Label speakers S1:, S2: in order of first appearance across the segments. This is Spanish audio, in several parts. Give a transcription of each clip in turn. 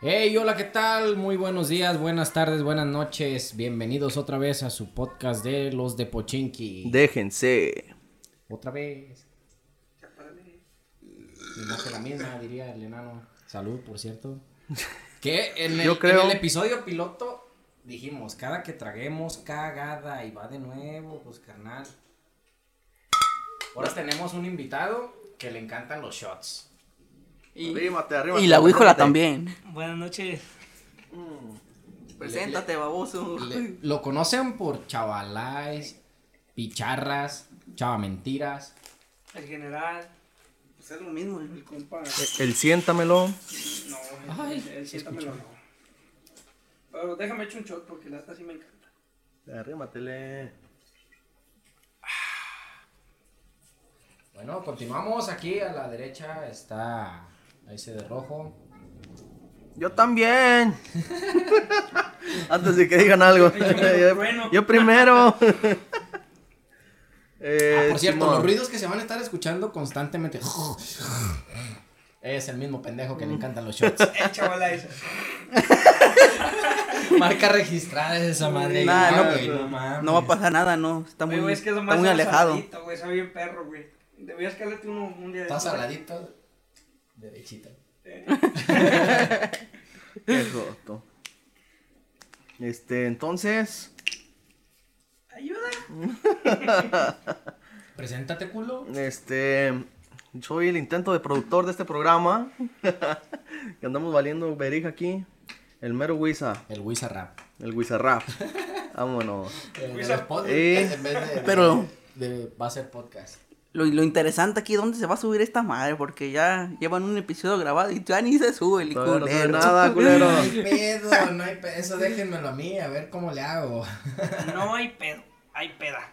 S1: Hey, hola, ¿qué tal? Muy buenos días, buenas tardes, buenas noches. Bienvenidos otra vez a su podcast de Los de Pochinki.
S2: Déjense.
S1: Otra vez. Y no que la misma, diría el enano. Salud, por cierto. Que en el,
S2: Yo creo-
S1: en el episodio piloto dijimos, cada que traguemos cagada y va de nuevo, pues carnal. Ahora tenemos un invitado que le encantan los shots.
S3: Y
S2: Arrímate, arrímate.
S3: y la
S2: huíjola
S3: huíjola también.
S4: Buenas noches.
S3: Preséntate, baboso.
S1: Le- lo conocen por chavaláes, picharras, chavamentiras.
S4: El general.
S5: Pues es lo mismo, el compa.
S2: El siéntamelo.
S5: No,
S1: Ay,
S5: el, el, siéntamelo no. Pero déjame echar un shot porque la neta sí me encanta.
S2: Arrímatele.
S1: Bueno, continuamos aquí a la derecha está ahí se de rojo.
S2: Yo también. Antes de que digan algo. yo,
S5: Bueno.
S2: yo primero. Eh,
S1: Ah,
S3: Eh,
S1: por cierto,
S2: Simón.
S1: los ruidos que se van a estar escuchando constantemente. Es el mismo pendejo que le encantan los shots.
S5: El chaval a ese.
S1: Marca registrada es esa madre.
S3: Nah, no,
S1: güey,
S2: pues,
S1: mames.
S3: No va a pasar nada, no. Está muy,
S5: Güey, güey, es que es lo
S3: está
S5: más
S3: muy alejado.
S5: saladito, güey, sabe bien perro, güey. Debías calarte uno un día de
S1: Está
S5: estos.
S1: saladito. Derechita.
S5: Eh,
S2: Qué joto. Este, entonces.
S5: Ayuda.
S1: Preséntate, culo.
S2: Este. Soy el intento de productor de este programa. que andamos valiendo berija aquí. El mero Wisa.
S1: El Wisa Rap.
S2: El Wizarrap. Vámonos.
S1: Eh,
S5: Wisa-
S1: de los pod-
S2: Eh,
S1: en vez de-
S3: pero-
S1: de- va a ser podcast.
S3: Lo, lo interesante aquí, ¿dónde se va a subir esta madre? Porque ya llevan un episodio grabado y ya ni se sube el
S2: Todavía no sube
S3: culero.
S2: nada, culero.
S1: No hay pedo, no hay pedo. Eso déjenmelo a mí, a ver cómo le hago.
S5: No hay pedo, hay peda.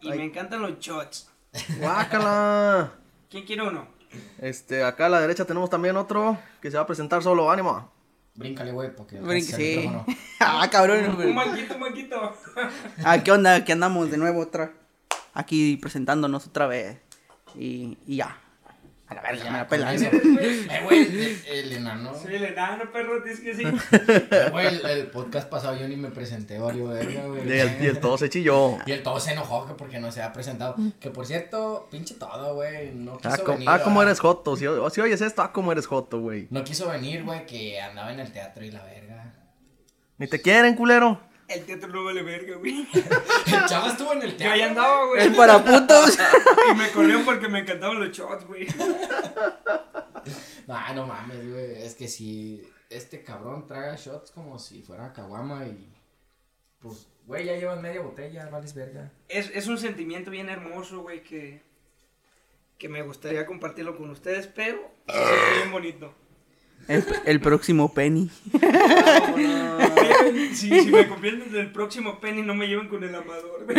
S5: Y me encantan los shots.
S2: Guácala.
S5: ¿Quién quiere uno?
S2: Este, acá a la derecha tenemos también otro que se va a presentar solo, ánimo.
S1: Bríncale, güey, porque.
S3: Brinque-
S1: alcanzas el
S3: sí.
S1: micrófono.
S3: ah, cabrón.
S5: Un
S3: güey.
S5: manquito, un manquito.
S3: Ah, ¿qué onda? Aquí andamos de nuevo otra. Aquí presentándonos otra vez. Y, y ya. A la verga,
S1: Ya,
S3: me la
S1: con
S3: pela.
S1: eso. Eh, güey, el, el enano.
S5: Soy el enano, perro, dices que sí.
S1: Eh, güey, el, el podcast pasado yo ni me presenté, Mario verga, güey.
S2: Y el, y el todo se chilló.
S1: Y el todo se enojó que porque no se ha presentado.
S3: Mm.
S1: Que por cierto, pinche todo, güey. No quiso
S2: Ah, co-
S1: venir.
S2: ah, cómo
S1: ¿verdad?
S2: eres joto. Si, o- si oyes esto, ah, cómo eres joto, güey.
S1: No quiso venir, güey, que andaba en el teatro y la verga.
S2: Ni te quieren, culero.
S5: El teatro no vale verga, güey.
S1: El chavo estuvo en el
S5: Yo
S1: teatro.
S5: ahí andaba, güey.
S3: Es para putos.
S5: Y me corrió porque me encantaban los shots, güey.
S1: No, no mames, güey. Es que si este cabrón traga shots como si fuera caguama y. Pues, güey, ya llevan media botella, vales verga.
S5: Es, es un sentimiento bien hermoso, güey, que, que me gustaría compartirlo con ustedes, pero es bien bonito.
S3: el, el próximo Penny.
S5: si, si me convierten en el próximo Penny, no me lleven con el amador, güey.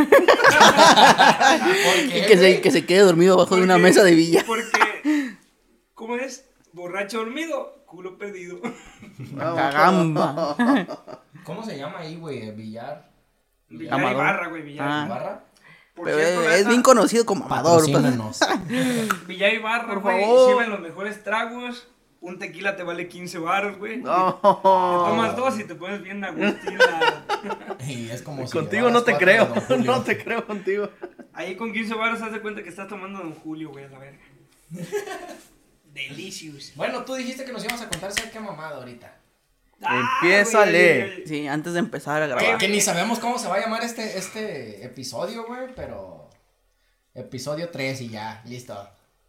S1: Ah, ¿Por
S3: Y
S1: qué,
S3: que se,
S1: güey?
S3: que se quede dormido abajo de una
S5: Porque-
S3: mesa de villa.
S5: Porque, ¿cómo es? Borracho dormido, culo perdido.
S3: Cagamba.
S1: ¿Cómo se llama ahí, güey? ¿Villar?
S5: Villar y
S3: Amador.
S5: barra, güey, Villar. y
S3: Ah.
S5: Barra.
S1: ¿Barra?
S5: Por
S3: Pero
S5: cierto, la
S3: es, es
S5: neta,
S3: bien conocido como amador. pues.
S1: Patrocínanos.
S5: Villar y barra,
S2: Por
S5: güey,
S2: favor.
S5: sirven los mejores tragos. Un tequila te vale 15 baros, güey.
S2: No.
S5: Tomas dos y te pones bien agustina.
S1: Y es como si
S2: Contigo
S1: llevaras
S2: no te
S1: cuatro
S2: creo.
S1: de Don Julio.
S2: No te creo contigo.
S5: Ahí con 15 baros haz de cuenta que estás tomando Don Julio, güey, a la verga. Delicious.
S1: Bueno, tú dijiste que nos íbamos a contar qué mamada ahorita.
S2: Empiézale.
S5: Ah, güey,
S3: Sí, antes de empezar a
S1: Que,
S3: grabar.
S1: que ni sabemos cómo se va a llamar este, este episodio, güey, pero. Episodio 3 y ya, listo.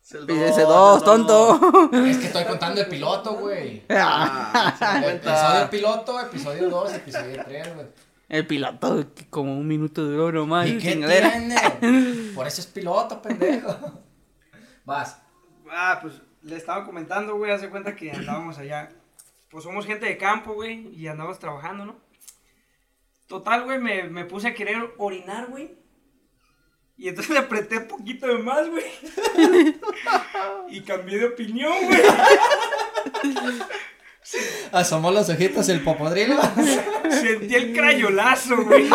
S3: Ese dos, tonto.
S1: Es que estoy contando el piloto, güey.
S2: Ah, se da
S1: Eh, Episodio
S2: cuenta.
S1: piloto, episodio 2, episodio 3, güey.
S3: El piloto que como un minuto duró nomás.
S1: ¿Y qué
S3: chingadera.
S1: tiene? Por eso es piloto, pendejo. Vas.
S5: Ah, pues le estaba comentando, güey, hace cuenta que andábamos allá. Pues somos gente de campo, güey, y andábamos trabajando, ¿no? Total, güey, me, me puse a querer orinar, güey. Y entonces le apreté poquito de más, güey. y cambié de opinión, güey.
S1: Asomó los ojitos el popodrilo.
S5: Sentí el crayolazo, güey.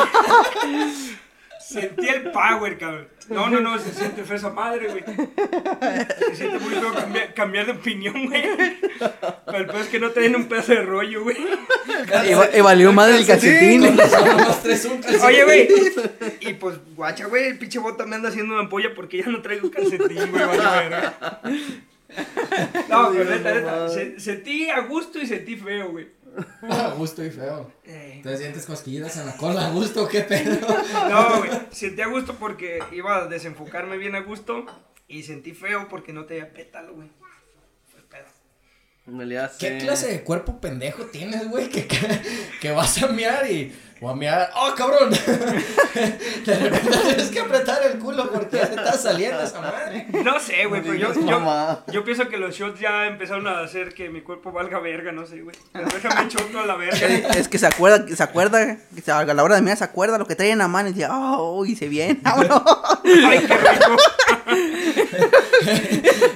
S5: Sentí el power, cabrón. No, no, no, se siente fea esa madre, güey. Se siente muy feo cambiar, cambiar de opinión, güey. Pero el peor es que no traen un pedazo de rollo, güey.
S3: Y, va- y valió madre el calcetín.
S1: Somos tres un calcetín.
S5: Oye, güey. Y pues, guacha, güey, el pinche bota me anda haciendo una ampolla porque ya no traigo calcetín, güey. vale, verga. No, pero neta, neta. se- Sentí a gusto y sentí feo, güey.
S1: A Ah, gusto y feo.
S5: Eh,
S1: ¿Te sientes cosquillitas en la cola? ¿A gusto? ¿Qué pedo?
S5: No, güey. Sentí a gusto porque iba a desenfocarme bien a gusto. Y sentí feo porque no tenía pétalo, güey. Fue pedo.
S2: Me le hace.
S1: ¿Qué clase de cuerpo pendejo tienes, güey? Que, que, que vas a mear y. O a mear. ¡Oh, cabrón! De repente tienes que apretar el culo porque ya te está saliendo esa madre.
S5: No sé, güey,
S2: No
S5: pero yo,
S2: digas mamá.
S5: yo, yo pienso que los shots ya empezaron a hacer que mi cuerpo valga verga, no sé, güey. Pero déjame choto a la verga.
S3: Es que se acuerda, se acuerda, que se- a la hora de mirar se acuerda lo que traen a mano y dice, oh, hice bien, vámonos.
S5: Ay, qué rico.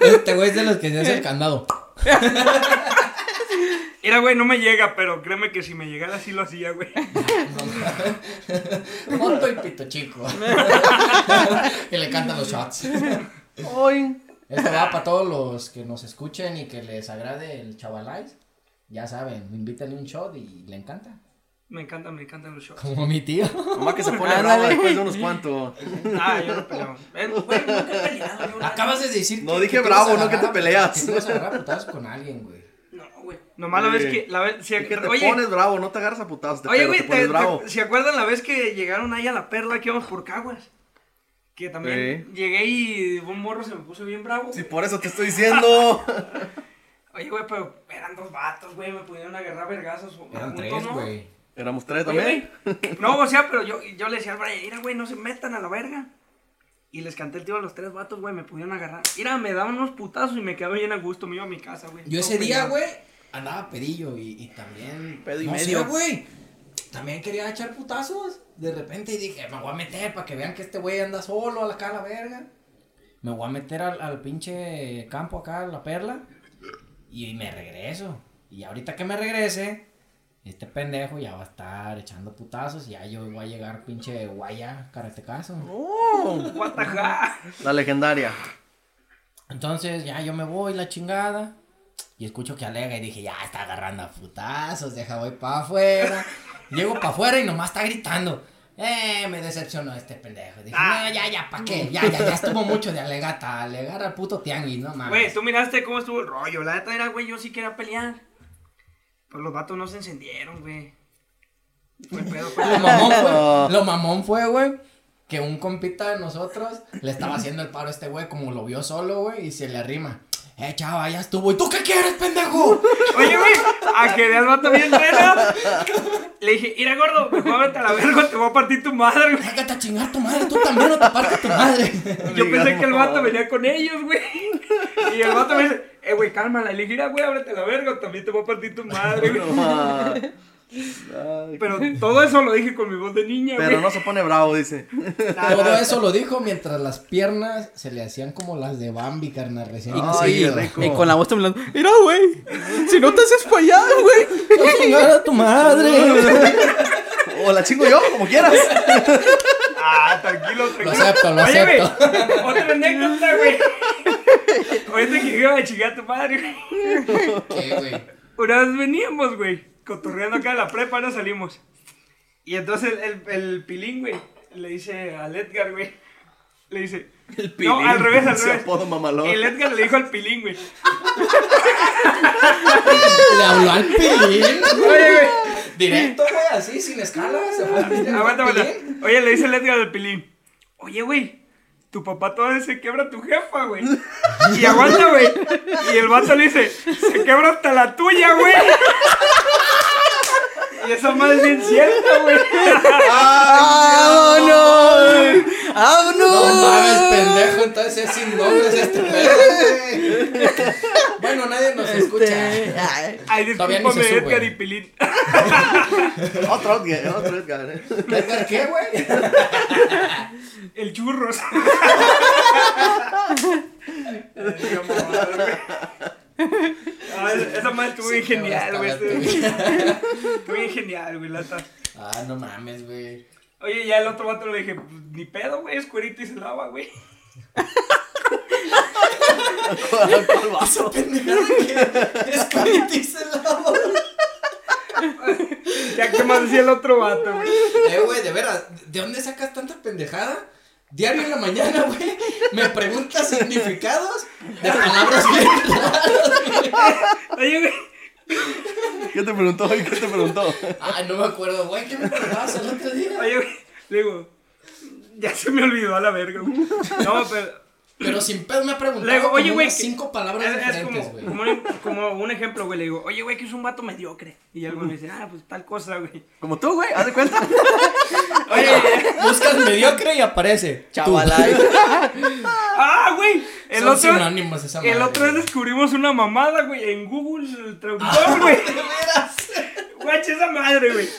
S1: Este güey es de los que se hace el candado.
S5: Mira, güey, no me llega, pero créeme que si me llegara sí lo hacía, güey.
S1: Monto y pito chico. que le cantan los shots.
S2: Ay.
S1: Esto va para todos los que nos escuchen y que les agrade el chavalais. Ya saben, invítale un shot y le encanta.
S5: Me encantan, me encantan los shots.
S1: Como mi tío.
S2: Mamá que se pone
S3: Ándale.
S2: brava después de unos cuantos.
S5: Ah, yo no peleo. Eh, Güey, nunca he peleado, yo no-
S1: Acabas de decir
S2: No dije bravo, no, que te peleas.
S1: Que te vas a agarrar a putazos con alguien, güey.
S5: No, güey. Nomás la vez que... La vez, si,
S2: Es que te
S5: oye,
S2: pones bravo, no te agarras a putazos, te,
S5: oye,
S2: pego,
S5: güey,
S2: te pones
S5: te- te-
S2: bravo.
S5: ¿se acuerdan la vez que llegaron ahí a la perla que íbamos por Caguas? Que también llegué y un morro se me puso bien bravo.
S2: Si por eso te estoy diciendo.
S5: Oye, güey, pero eran dos vatos, güey, me pudieron agarrar vergazos.
S1: Eran
S5: juntos,
S1: tres,
S5: ¿no?
S1: güey.
S2: Éramos tres
S5: Oye,
S2: también.
S5: güey, No, o sea, pero yo, yo le decía al Brian, mira, güey, no se metan a la verga. Y les canté el tiro a los tres vatos, güey, me pudieron agarrar. Mira, me daban unos putazos y me quedaba bien a gusto, me iba a mi casa, güey.
S1: Yo
S5: Todo
S1: ese día,
S5: peleado.
S1: güey, andaba pedillo y, y también.
S3: Pedo y
S1: no sé,
S3: medio.
S1: güey. También quería echar putazos. De repente y dije, me voy a meter para que vean que este güey anda solo a la cara, verga. Me voy a meter al, al pinche campo acá, a la perla. Y me regreso. Y ahorita que me regrese, este pendejo ya va a estar echando putazos. Y ya yo voy a llegar, pinche guaya, carretecazo.
S2: Oh,
S5: What the heck?
S2: la legendaria.
S1: Entonces ya yo me voy, la chingada. Y escucho que alega y dije, ya está agarrando a putazos, deja voy para afuera. Llego para afuera y nomás está gritando. Eh, me decepcionó este pendejo. Dije, no, ya, ya, ¿pa' qué? Ya, ya, ya estuvo mucho de alegata, alegar al puto tianguis, no
S2: Ah,
S1: mames.
S5: Güey, tú miraste cómo estuvo el rollo. La neta era, güey, yo sí quería pelear. Pero los vatos no se encendieron, güey. Fue pedo, fue
S1: Lo mamón fue, lo mamón fue, güey, que un compita de nosotros le estaba haciendo el paro a este güey, como lo vio solo, güey, y se le arrima. Eh, chava, ya estuvo. ¿Y tú qué quieres, pendejo?
S5: Oye, güey, a que veas vato bien verga. Le dije, mira, gordo, mejor vete a la verga, te voy a partir tu madre, güey.
S1: Déjate a chingar tu madre, tú también no te partes tu madre.
S5: Yo
S2: Digas,
S5: pensé que el vato
S2: no.
S5: venía con ellos, güey. Y el vato me dice, eh, güey, cálmala. Le dije, mira, güey, ábrete la verga, o también te voy a partir tu madre, güey.
S2: Ah.
S5: Pero todo eso lo dije con mi voz de niña, güey.
S2: Pero no se pone bravo, dice.
S1: Todo eso lo dijo mientras las piernas se le hacían como las de Bambi, carnal, recién
S2: Ay,
S1: nacido.
S2: qué rico.
S3: Y con la voz temblando, mira, güey, si no te haces para allá, güey.
S1: ¡No, señora, tu madre!
S2: O la chingo yo, como quieras.
S5: Ah, tranquilo, tranquilo.
S1: acepto, lo
S5: Oye, güey,
S1: acepto.
S5: otra anécdota, güey. Ahorita que iba a chingar a tu madre, güey.
S1: ¿Qué, güey?
S5: Una vez veníamos, güey, cotorreando acá de la prepa, no salimos. Y entonces el, el, el pilín, güey, le dice al Edgar, güey, le dice... no, al revés, al
S2: Ese
S5: revés.
S2: apodo mamalón.
S5: El Edgar le dijo al pilín, güey.
S1: ¿Le habló al pilín?
S5: Oye, güey,
S1: Directo, güey, así, sin escala. Se fue al pilín.
S5: aguanta, aguanta. Oye, le dice el Edgar al pilín. Oye, güey, tu papá todavía se quebra a tu jefa, güey. Y aguanta, güey. Y el vato le dice, se quebra hasta la tuya, güey. Y esa madre es bien cierta, güey.
S3: ¡Vámonos!
S1: No mames,
S3: ¡Vámonos!
S1: pendejo, entonces es sin nombres este pedo, güey. Bueno, nadie nos
S3: Este,
S1: escucha.
S3: ay,
S5: Ay,
S1: Todavía ni se
S5: discúlpame,
S1: sube.
S5: Edgar y pilín.
S2: Otro Edgar, otro Edgar. eh.
S1: ¿Edgar qué, güey?
S5: El churros. Ah, Esa madre estuvo bien este. genial, güey. Estuvo bien genial, güey, lata.
S1: Ah, no mames, güey.
S5: Oye, ya el otro vato le dije, pues, ni pedo, güey, es cuerito y se lava, güey.
S2: ¿Cuál vaso?
S1: Pendejada que es cuarenta y se lava.
S5: Ya que más decía el otro vato, güey.
S1: Eh, güey, de veras, ¿de dónde sacas tanta pendejada? Diario en la mañana, güey, me preguntas significados de palabras bien raras, güey.
S5: Oye, güey.
S2: ¿Qué te preguntó? ¿Qué te preguntó?
S1: Ay, no me acuerdo, güey, ¿qué me preguntabas el otro día?
S5: Oye, güey. Digo, ya se me olvidó a la verga, güey. No, pero.
S1: Pero sin pedo me ha preguntado
S5: Luego, oye,
S1: como
S5: güey,
S1: unas
S5: que-
S1: cinco palabras
S5: Es, es
S1: diferentes,
S5: como,
S1: güey.
S5: como, un, como un ejemplo, güey. Le digo, oye, güey, que es un vato mediocre. Y algo me dice, ah, pues tal cosa, güey.
S2: Como tú, güey, haz de cuenta.
S5: Oye,
S1: Buscas mediocre y aparece. tú.
S3: Chavalay.
S5: ah, güey. El
S1: Son
S5: otro.
S1: sinónimos esa
S5: El
S1: madre,
S5: otro día
S1: güey. Ah.
S5: descubrimos una mamada, güey, en Google el traductor, güey.
S1: De veras.
S5: Guacha esa madre, güey.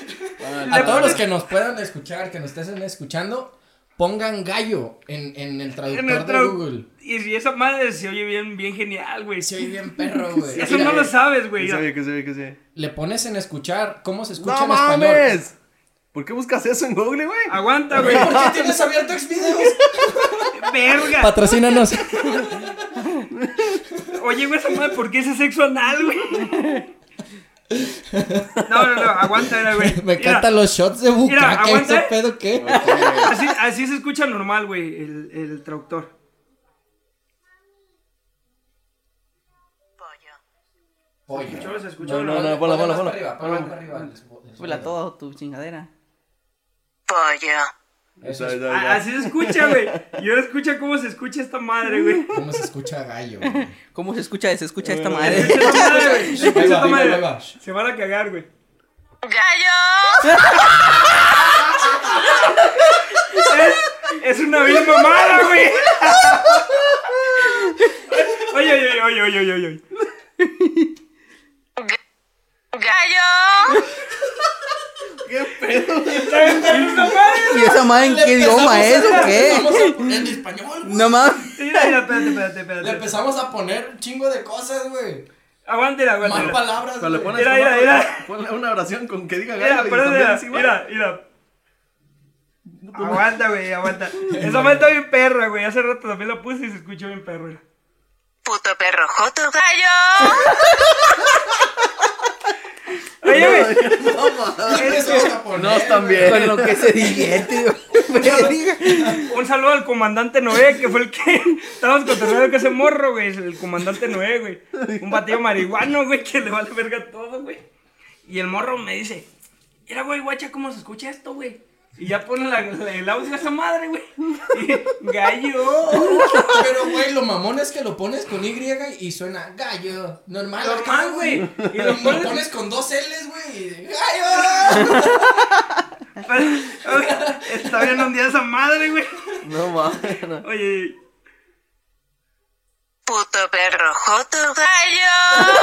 S1: A todos los que nos puedan escuchar, que nos estén escuchando, pongan gallo en, en el traductor
S5: En el
S1: de
S5: trau-
S1: Google.
S5: Y si esa madre se oye bien, bien genial, güey.
S1: Se oye bien perro, güey.
S5: Eso
S1: Mira,
S5: no lo
S1: eh,
S5: sabes, güey.
S2: Que se ve, que se ve, que se ve.
S1: Le pones en escuchar cómo se escucha en
S2: ¡No
S1: español.
S2: mames! ¿Por qué buscas eso en Google, güey?
S5: Aguanta, güey.
S1: Güey, ¿Por qué tienes abierto Xvideos?
S5: Verga.
S1: Patrocínanos.
S5: Oye, güey, esa madre, ¿por qué ese sexo anal, güey? No, no, no, aguanta, era, güey.
S1: Me
S5: Mira,
S1: encantan los shots de
S5: Mira,
S1: bucaque.
S5: aguanta,
S1: ¿Ese
S5: eh.
S1: pedo qué?
S5: Así, así se escucha normal, güey, el, el traductor.
S1: Pollo.
S5: Solo se escucha
S2: No, no, no,
S1: Ponla
S2: ponla, ponla,
S1: más
S2: ponla.
S1: para arriba, ponla más para arriba.
S3: Súbela todo pues, tu chingadera.
S1: Eso
S2: Ahí,
S1: es
S2: ahí,
S5: A-
S2: ahí.
S5: Así se escucha, güey. Y ahora escucha cómo se escucha esta madre, güey.
S1: cómo se escucha gallo. güey.
S3: ¿Cómo se escucha? Se escucha esta
S5: Se
S3: madre.
S5: escucha esta madre, güey. Se escucha
S1: Ahí va,
S5: esta
S1: ahí va,
S5: madre.
S1: ahí va.
S5: Se van a cagar, güey. Es, es una vil mamada, güey. Oye, oye, oye, oye, oye, oye, oye. ¡Gallo! ¡Qué pedo! ¡Está madre!
S3: ¿Y esa madre en
S1: Le
S3: qué idioma es
S1: empezamos
S3: o
S1: a- le
S3: qué?
S1: empezamos a poner En español, güey.
S3: No mames.
S5: Mira, mira, espérate, espérate,
S1: Le
S5: espérate.
S1: empezamos a poner un chingo de cosas, güey.
S5: Aguántela,
S1: Más
S5: aguántela.
S1: palabras,
S2: Cuando le
S1: güey.
S2: pones
S5: Mira,
S2: una-
S5: mira, mira.
S2: ponle una oración con que diga
S5: Mira,
S2: gallo y también
S5: espérate,
S2: así, güey.
S5: mira, mira. Aguanta, güey, aguanta. Esa madre está bien perra, güey. Hace rato también la puse y se escuchó bien perro. mira.
S6: Puto perro joto gallo.
S5: Oye, güey.
S1: ¿Qué empezamos a poner,
S2: No, están
S1: güey?
S2: bien.
S3: Con lo que se divierte, güey.
S5: Un saludo al comandante Noé, que fue el que estábamos contando que ese morro, güey. es El comandante Noé, güey. Un batido marihuano, güey, que le vale verga todo, güey. Y el morro me dice, mira, güey, guacha, ¿cómo se escucha esto, güey? Y ya pone la, la- el audio a esa madre, güey. Y, Gallo.
S1: Pero, güey, lo mamón es que lo pones con Y y suena gallo. Normal.
S5: Normal, güey.
S1: Y lo pones, con dos L's, güey. y ¡Gallo!
S5: Está bien un día esa madre, güey.
S2: No mames. no.
S5: Oye,
S6: Puto perro joto gallo.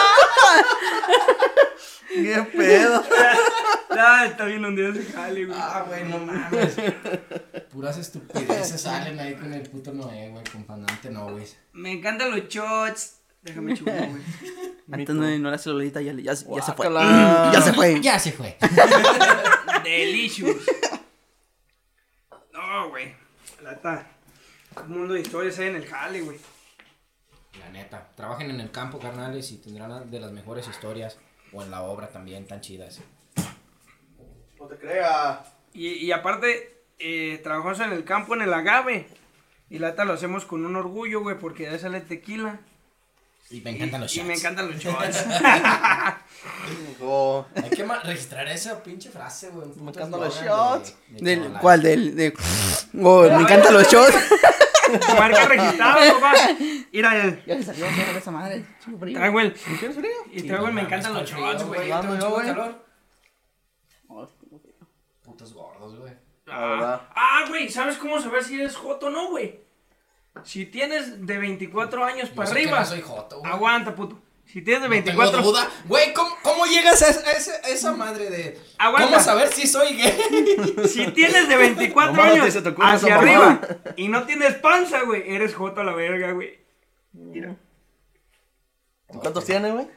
S2: ¿Qué pedo?
S5: ah, está bien un día ese jale, güey.
S1: Ah, güey, no mames. Puras estupideces salen ahí con el puto Noé, güey. Con Pandante no, güey.
S5: Me encantan los shots. Déjame chupar, güey.
S3: Antes no, no la celulita ya, le- ya, ya se fue.
S2: Guácala.
S3: Ya se fue.
S1: Ya se fue.
S5: Delicious. No, güey. La neta. Un mundo de historias hay en el jale, güey.
S1: La neta. Trabajen en el campo, carnales, y tendrán de las mejores historias. O en la obra también, tan chidas.
S2: No te creas.
S5: Y, y aparte, eh, trabajamos en el campo, en el agave. Y la neta lo hacemos con un orgullo, güey, porque ya sale tequila.
S1: Y me encantan los
S5: Y
S1: shots.
S5: me encantan los shots.
S2: Oh.
S1: Hay que ma- registrar esa pinche frase, güey. Me
S2: encantan los shots.
S3: Del, ¿Cuál? Del, de... Oh, me encantan los shots.
S5: Marca registrada, papá. Mira, el-
S3: Ya le salió mierda esa madre. Chico frío.
S5: traigo el.
S2: ¿Tienes frío?
S5: Y traigo el me encantan los shots, güey.
S1: Yo tengo un
S2: Vamos,
S1: chingo de
S2: güey.
S1: calor. Putos gordos, güey.
S2: La verdad.
S5: Ah, güey, ¿sabes cómo saber si eres joto o no, güey? Si tienes de 24 años
S1: Yo
S5: para
S1: sé que
S5: Pues arriba.
S1: no soy joto, güey.
S5: Aguanta, puto. Si tienes de
S1: No tengo
S5: 24.
S1: duda. Güey, ¿cómo, cómo llegas a, esa- a esa- a esa madre de.
S5: Aguanta.
S1: ¿Cómo saber si soy gay?
S5: si tienes de 24
S2: Nomás a ti
S5: años
S2: se te ocurre
S5: hacia
S2: esa mamada.
S5: arriba y no tienes panza, güey, eres joto a la verga, güey. Mira,
S2: ¿Cuántos tiene, güey?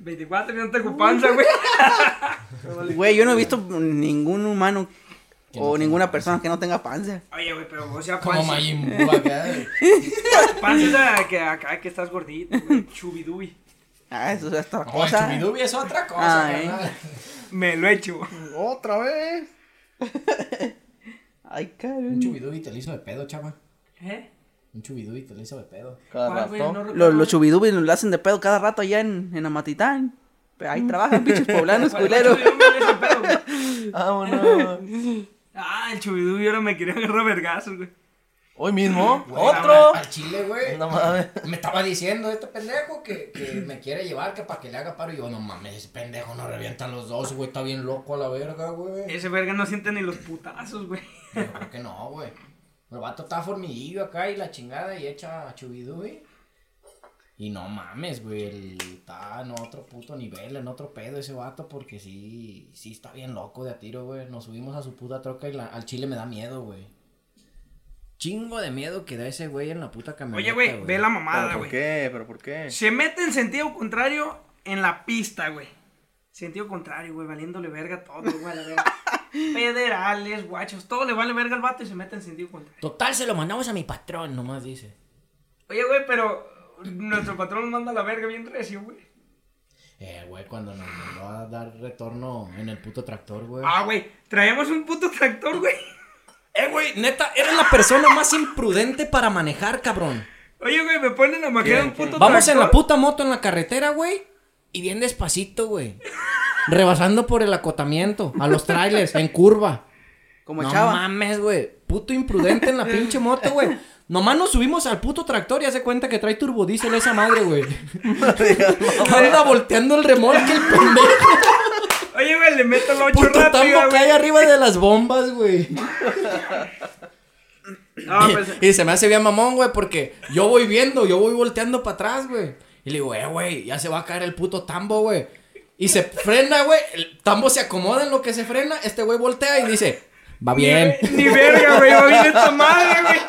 S5: 24 y no tengo panza, güey.
S3: Güey, yo no he visto ningún humano
S1: Que no
S3: o ninguna persona que no tenga panza.
S5: Oye, güey, pero o sea,
S1: Como
S5: panza.
S1: Majin Buu acá.
S5: Panza es la que acá que estás gordito, güey, chubidui.
S3: Ah, eso es otra
S1: No, el
S3: cosa.
S1: Chubidubi es otra cosa,
S3: Ah, ¿eh?
S1: carnal.
S5: Me lo echo.
S2: Otra vez.
S3: Ay,
S1: Un
S3: cabrón.
S1: Chubidubi te lo hizo de pedo, chava.
S5: ¿Eh?
S1: Un Chubidubi te lo hizo de pedo.
S2: Cada
S5: ¿Cuál, güey?
S2: rato.
S5: No recuerdo.
S3: Los, los chubidubis nos lo hacen de pedo cada rato allá en, en Amatitán. Pero
S1: Mm.
S3: ahí trabajan pinches poblanos,
S5: ¿Cuál- cuál
S3: culeros.
S5: chubidui era ese pedo, güey?
S2: Vámonos.
S5: Ah, el chubidui ahora me quería agarrar a vergazos, güey.
S2: Hoy mismo.
S1: Güey,
S2: Otro.
S1: Al chile, güey.
S2: No mames.
S1: Me estaba diciendo este pendejo que, que me quiere llevar, que para que le haga paro. Y yo, no mames, ese pendejo no revientan los dos, güey. Está bien loco a la verga, güey.
S5: Ese verga no siente ni los putazos, güey.
S1: Yo creo que no, güey. El vato está formiguillo acá y la chingada y echa a Chubidubi. Y no mames, güey. el- Está en otro puto nivel, en otro pedo ese vato, porque sí, sí está bien loco de a tiro, güey. Nos subimos a su puta troca y la- al chile me da miedo, güey. Chingo de miedo que da ese güey en la puta camioneta.
S5: Oye, güey, ve la mamada,
S2: ¿Pero por
S5: güey.
S2: qué? ¿Pero por qué?
S5: Se mete en sentido contrario en la pista, güey. Sentido contrario, güey, valiéndole verga todo, güey, a la verga. Federales, guachos, todo le vale verga al vato y se mete en sentido contrario.
S1: Total, se lo mandamos a mi patrón, nomás dice.
S5: Oye, güey, pero nuestro patrón manda la verga bien recio, güey.
S1: Eh, güey, cuando nos mandó a dar retorno en el puto tractor, güey.
S5: Ah, güey, traemos un puto tractor, güey.
S1: Eh, güey, neta, eres la persona más imprudente para manejar, cabrón.
S5: Oye, güey, me ponen a maquinar un puto
S1: Vamos en
S5: tractor.
S1: la puta moto en la carretera, güey. Y bien despacito, güey. Rebasando por el acotamiento, a los trailers, en curva.
S3: Como
S1: no
S3: chava.
S1: mames, güey. Puto imprudente en la pinche moto, güey. Nomás nos subimos al puto tractor y hace cuenta que trae turbodiesel esa madre, güey. Anda volteando el remolque el pendejo.
S5: Oye, güey, le meto el ocho
S1: Puto
S5: rápido,
S1: tambo que hay
S5: güey.
S1: arriba de las bombas, güey.
S5: No, pues,
S1: Y se me hace bien mamón, güey, porque yo voy viendo, yo voy volteando para atrás, güey. Y le digo, eh, güey, ya se va a caer el puto tambo, güey. Y se frena, güey. El tambo se acomoda en lo que se frena. Este güey voltea y dice, va Ah, bien.
S5: Ni, ni verga, güey, va bien esta madre, güey.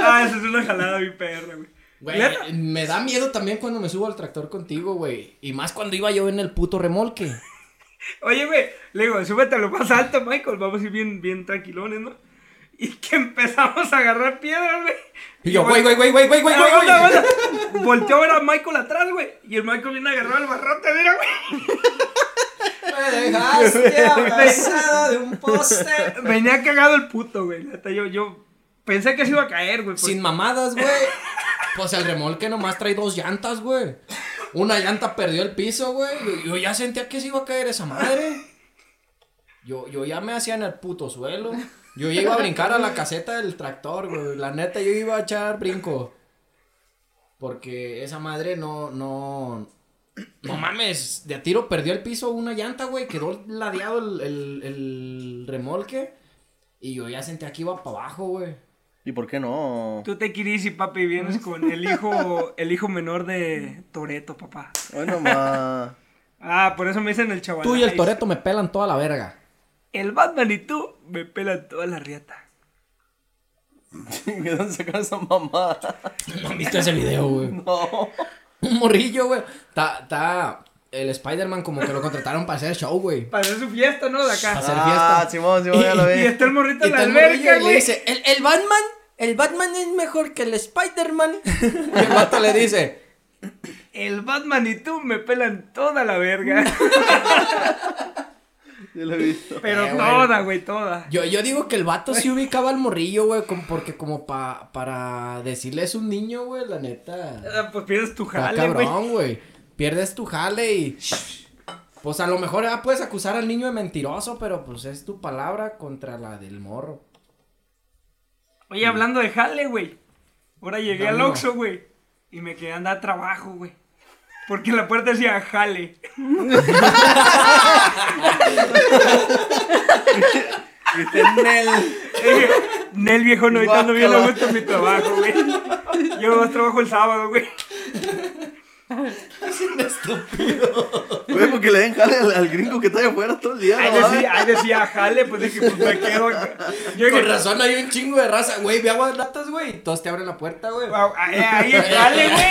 S5: Ah, esa es una jalada mi perra, güey.
S1: Güey,
S5: Neta,
S1: me da miedo también cuando me subo al tractor contigo, güey. Y más cuando iba yo en el puto remolque.
S5: Oye, güey, le digo, súbete a lo más alto, Michael. Vamos a ir bien, bien tranquilones, ¿no? Y que empezamos a agarrar piedras, güey.
S1: Y yo, güey, güey, güey, güey, güey, güey, güey, güey.
S5: Aguanta, aguanta. Volteó a ver a Michael atrás, güey. Y el Michael viene agarrado al barrote, mira, güey.
S1: Me dejaste abrazada de un poste.
S5: Venía cagado el puto, güey. Neta, Yo, yo pensé que se iba a caer, güey. porque-
S1: Sin mamadas, güey. Pues el remolque nomás trae dos llantas, güey. Una llanta perdió el piso, güey. Yo, yo ya sentía que se iba a caer esa madre. Yo, yo ya me hacía en el puto suelo. Yo ya iba a brincar a la caseta del tractor, güey. La neta, yo iba a echar brinco. Porque esa madre no, no. No mames, de a tiro perdió el piso una llanta, güey. Quedó ladeado el, el- el remolque. Y yo ya sentía que iba para abajo, güey.
S2: ¿Y por qué no?
S5: Tú te quieres y papi vienes con el hijo, el hijo menor de Toreto, papá.
S2: Hoy nomás.
S5: Ah, por eso me dicen el chaval.
S1: Tú y el Toreto me pelan toda la verga.
S5: El Batman y tú me pelan toda la riata.
S2: ¿De dónde sacaron esa mamada?
S1: No han visto ese video, güey.
S2: No.
S1: Un morrillo, güey. Está, está el Spider-Man como que lo contrataron para hacer show, güey.
S5: Para hacer su fiesta, ¿no? De acá.
S1: Para hacer
S2: Ah,
S1: fiesta.
S2: Simón, Simón, ya lo
S5: Y
S2: vi.
S5: está el morrito
S1: Y
S5: en
S1: está
S5: la
S1: el morrillo
S5: alberca,
S1: y le
S5: güey.
S1: dice, el, el Batman, el Batman es mejor que el Spider-Man. Y el vato le dice,
S5: El Batman y tú me pelan toda la verga.
S2: Ya lo he visto.
S5: Pero
S1: Mm. Eh, güey.
S5: toda, güey, toda.
S1: yo, yo digo que el vato sí ubicaba al morrillo, güey, como- porque como pa, para decirle es un niño, güey, la neta.
S5: Ah, Pues pierdes tu
S1: Está
S5: jale, güey.
S1: cabrón, güey. Pierdes tu jale y. Pues a lo mejor ah, puedes acusar al niño de mentiroso, pero pues es tu palabra contra la del morro.
S5: Oye, hablando de jale, güey. Ahora llegué al
S1: Dame,
S5: Oxxo, güey. Y me quedé a andar trabajo, güey. Porque en la puerta decía jale.
S2: Viste en el-
S5: Eh, Nel viejo no estando bien a
S2: Guácala.
S5: gusto en mi trabajo, güey. Yo más trabajo el sábado, güey.
S2: Güey, porque le den jale al, al gringo que está allá afuera todo el día.
S5: Ahí
S2: ¿no?
S5: decía, ahí decía, jale, pues dije, pues me quedo acá. Yo
S1: Con
S5: dije,
S1: razón hay un chingo de raza, güey, ve aguas latas, güey, y todos te abren la puerta, güey.
S5: wow, ahí, ahí jale, güey.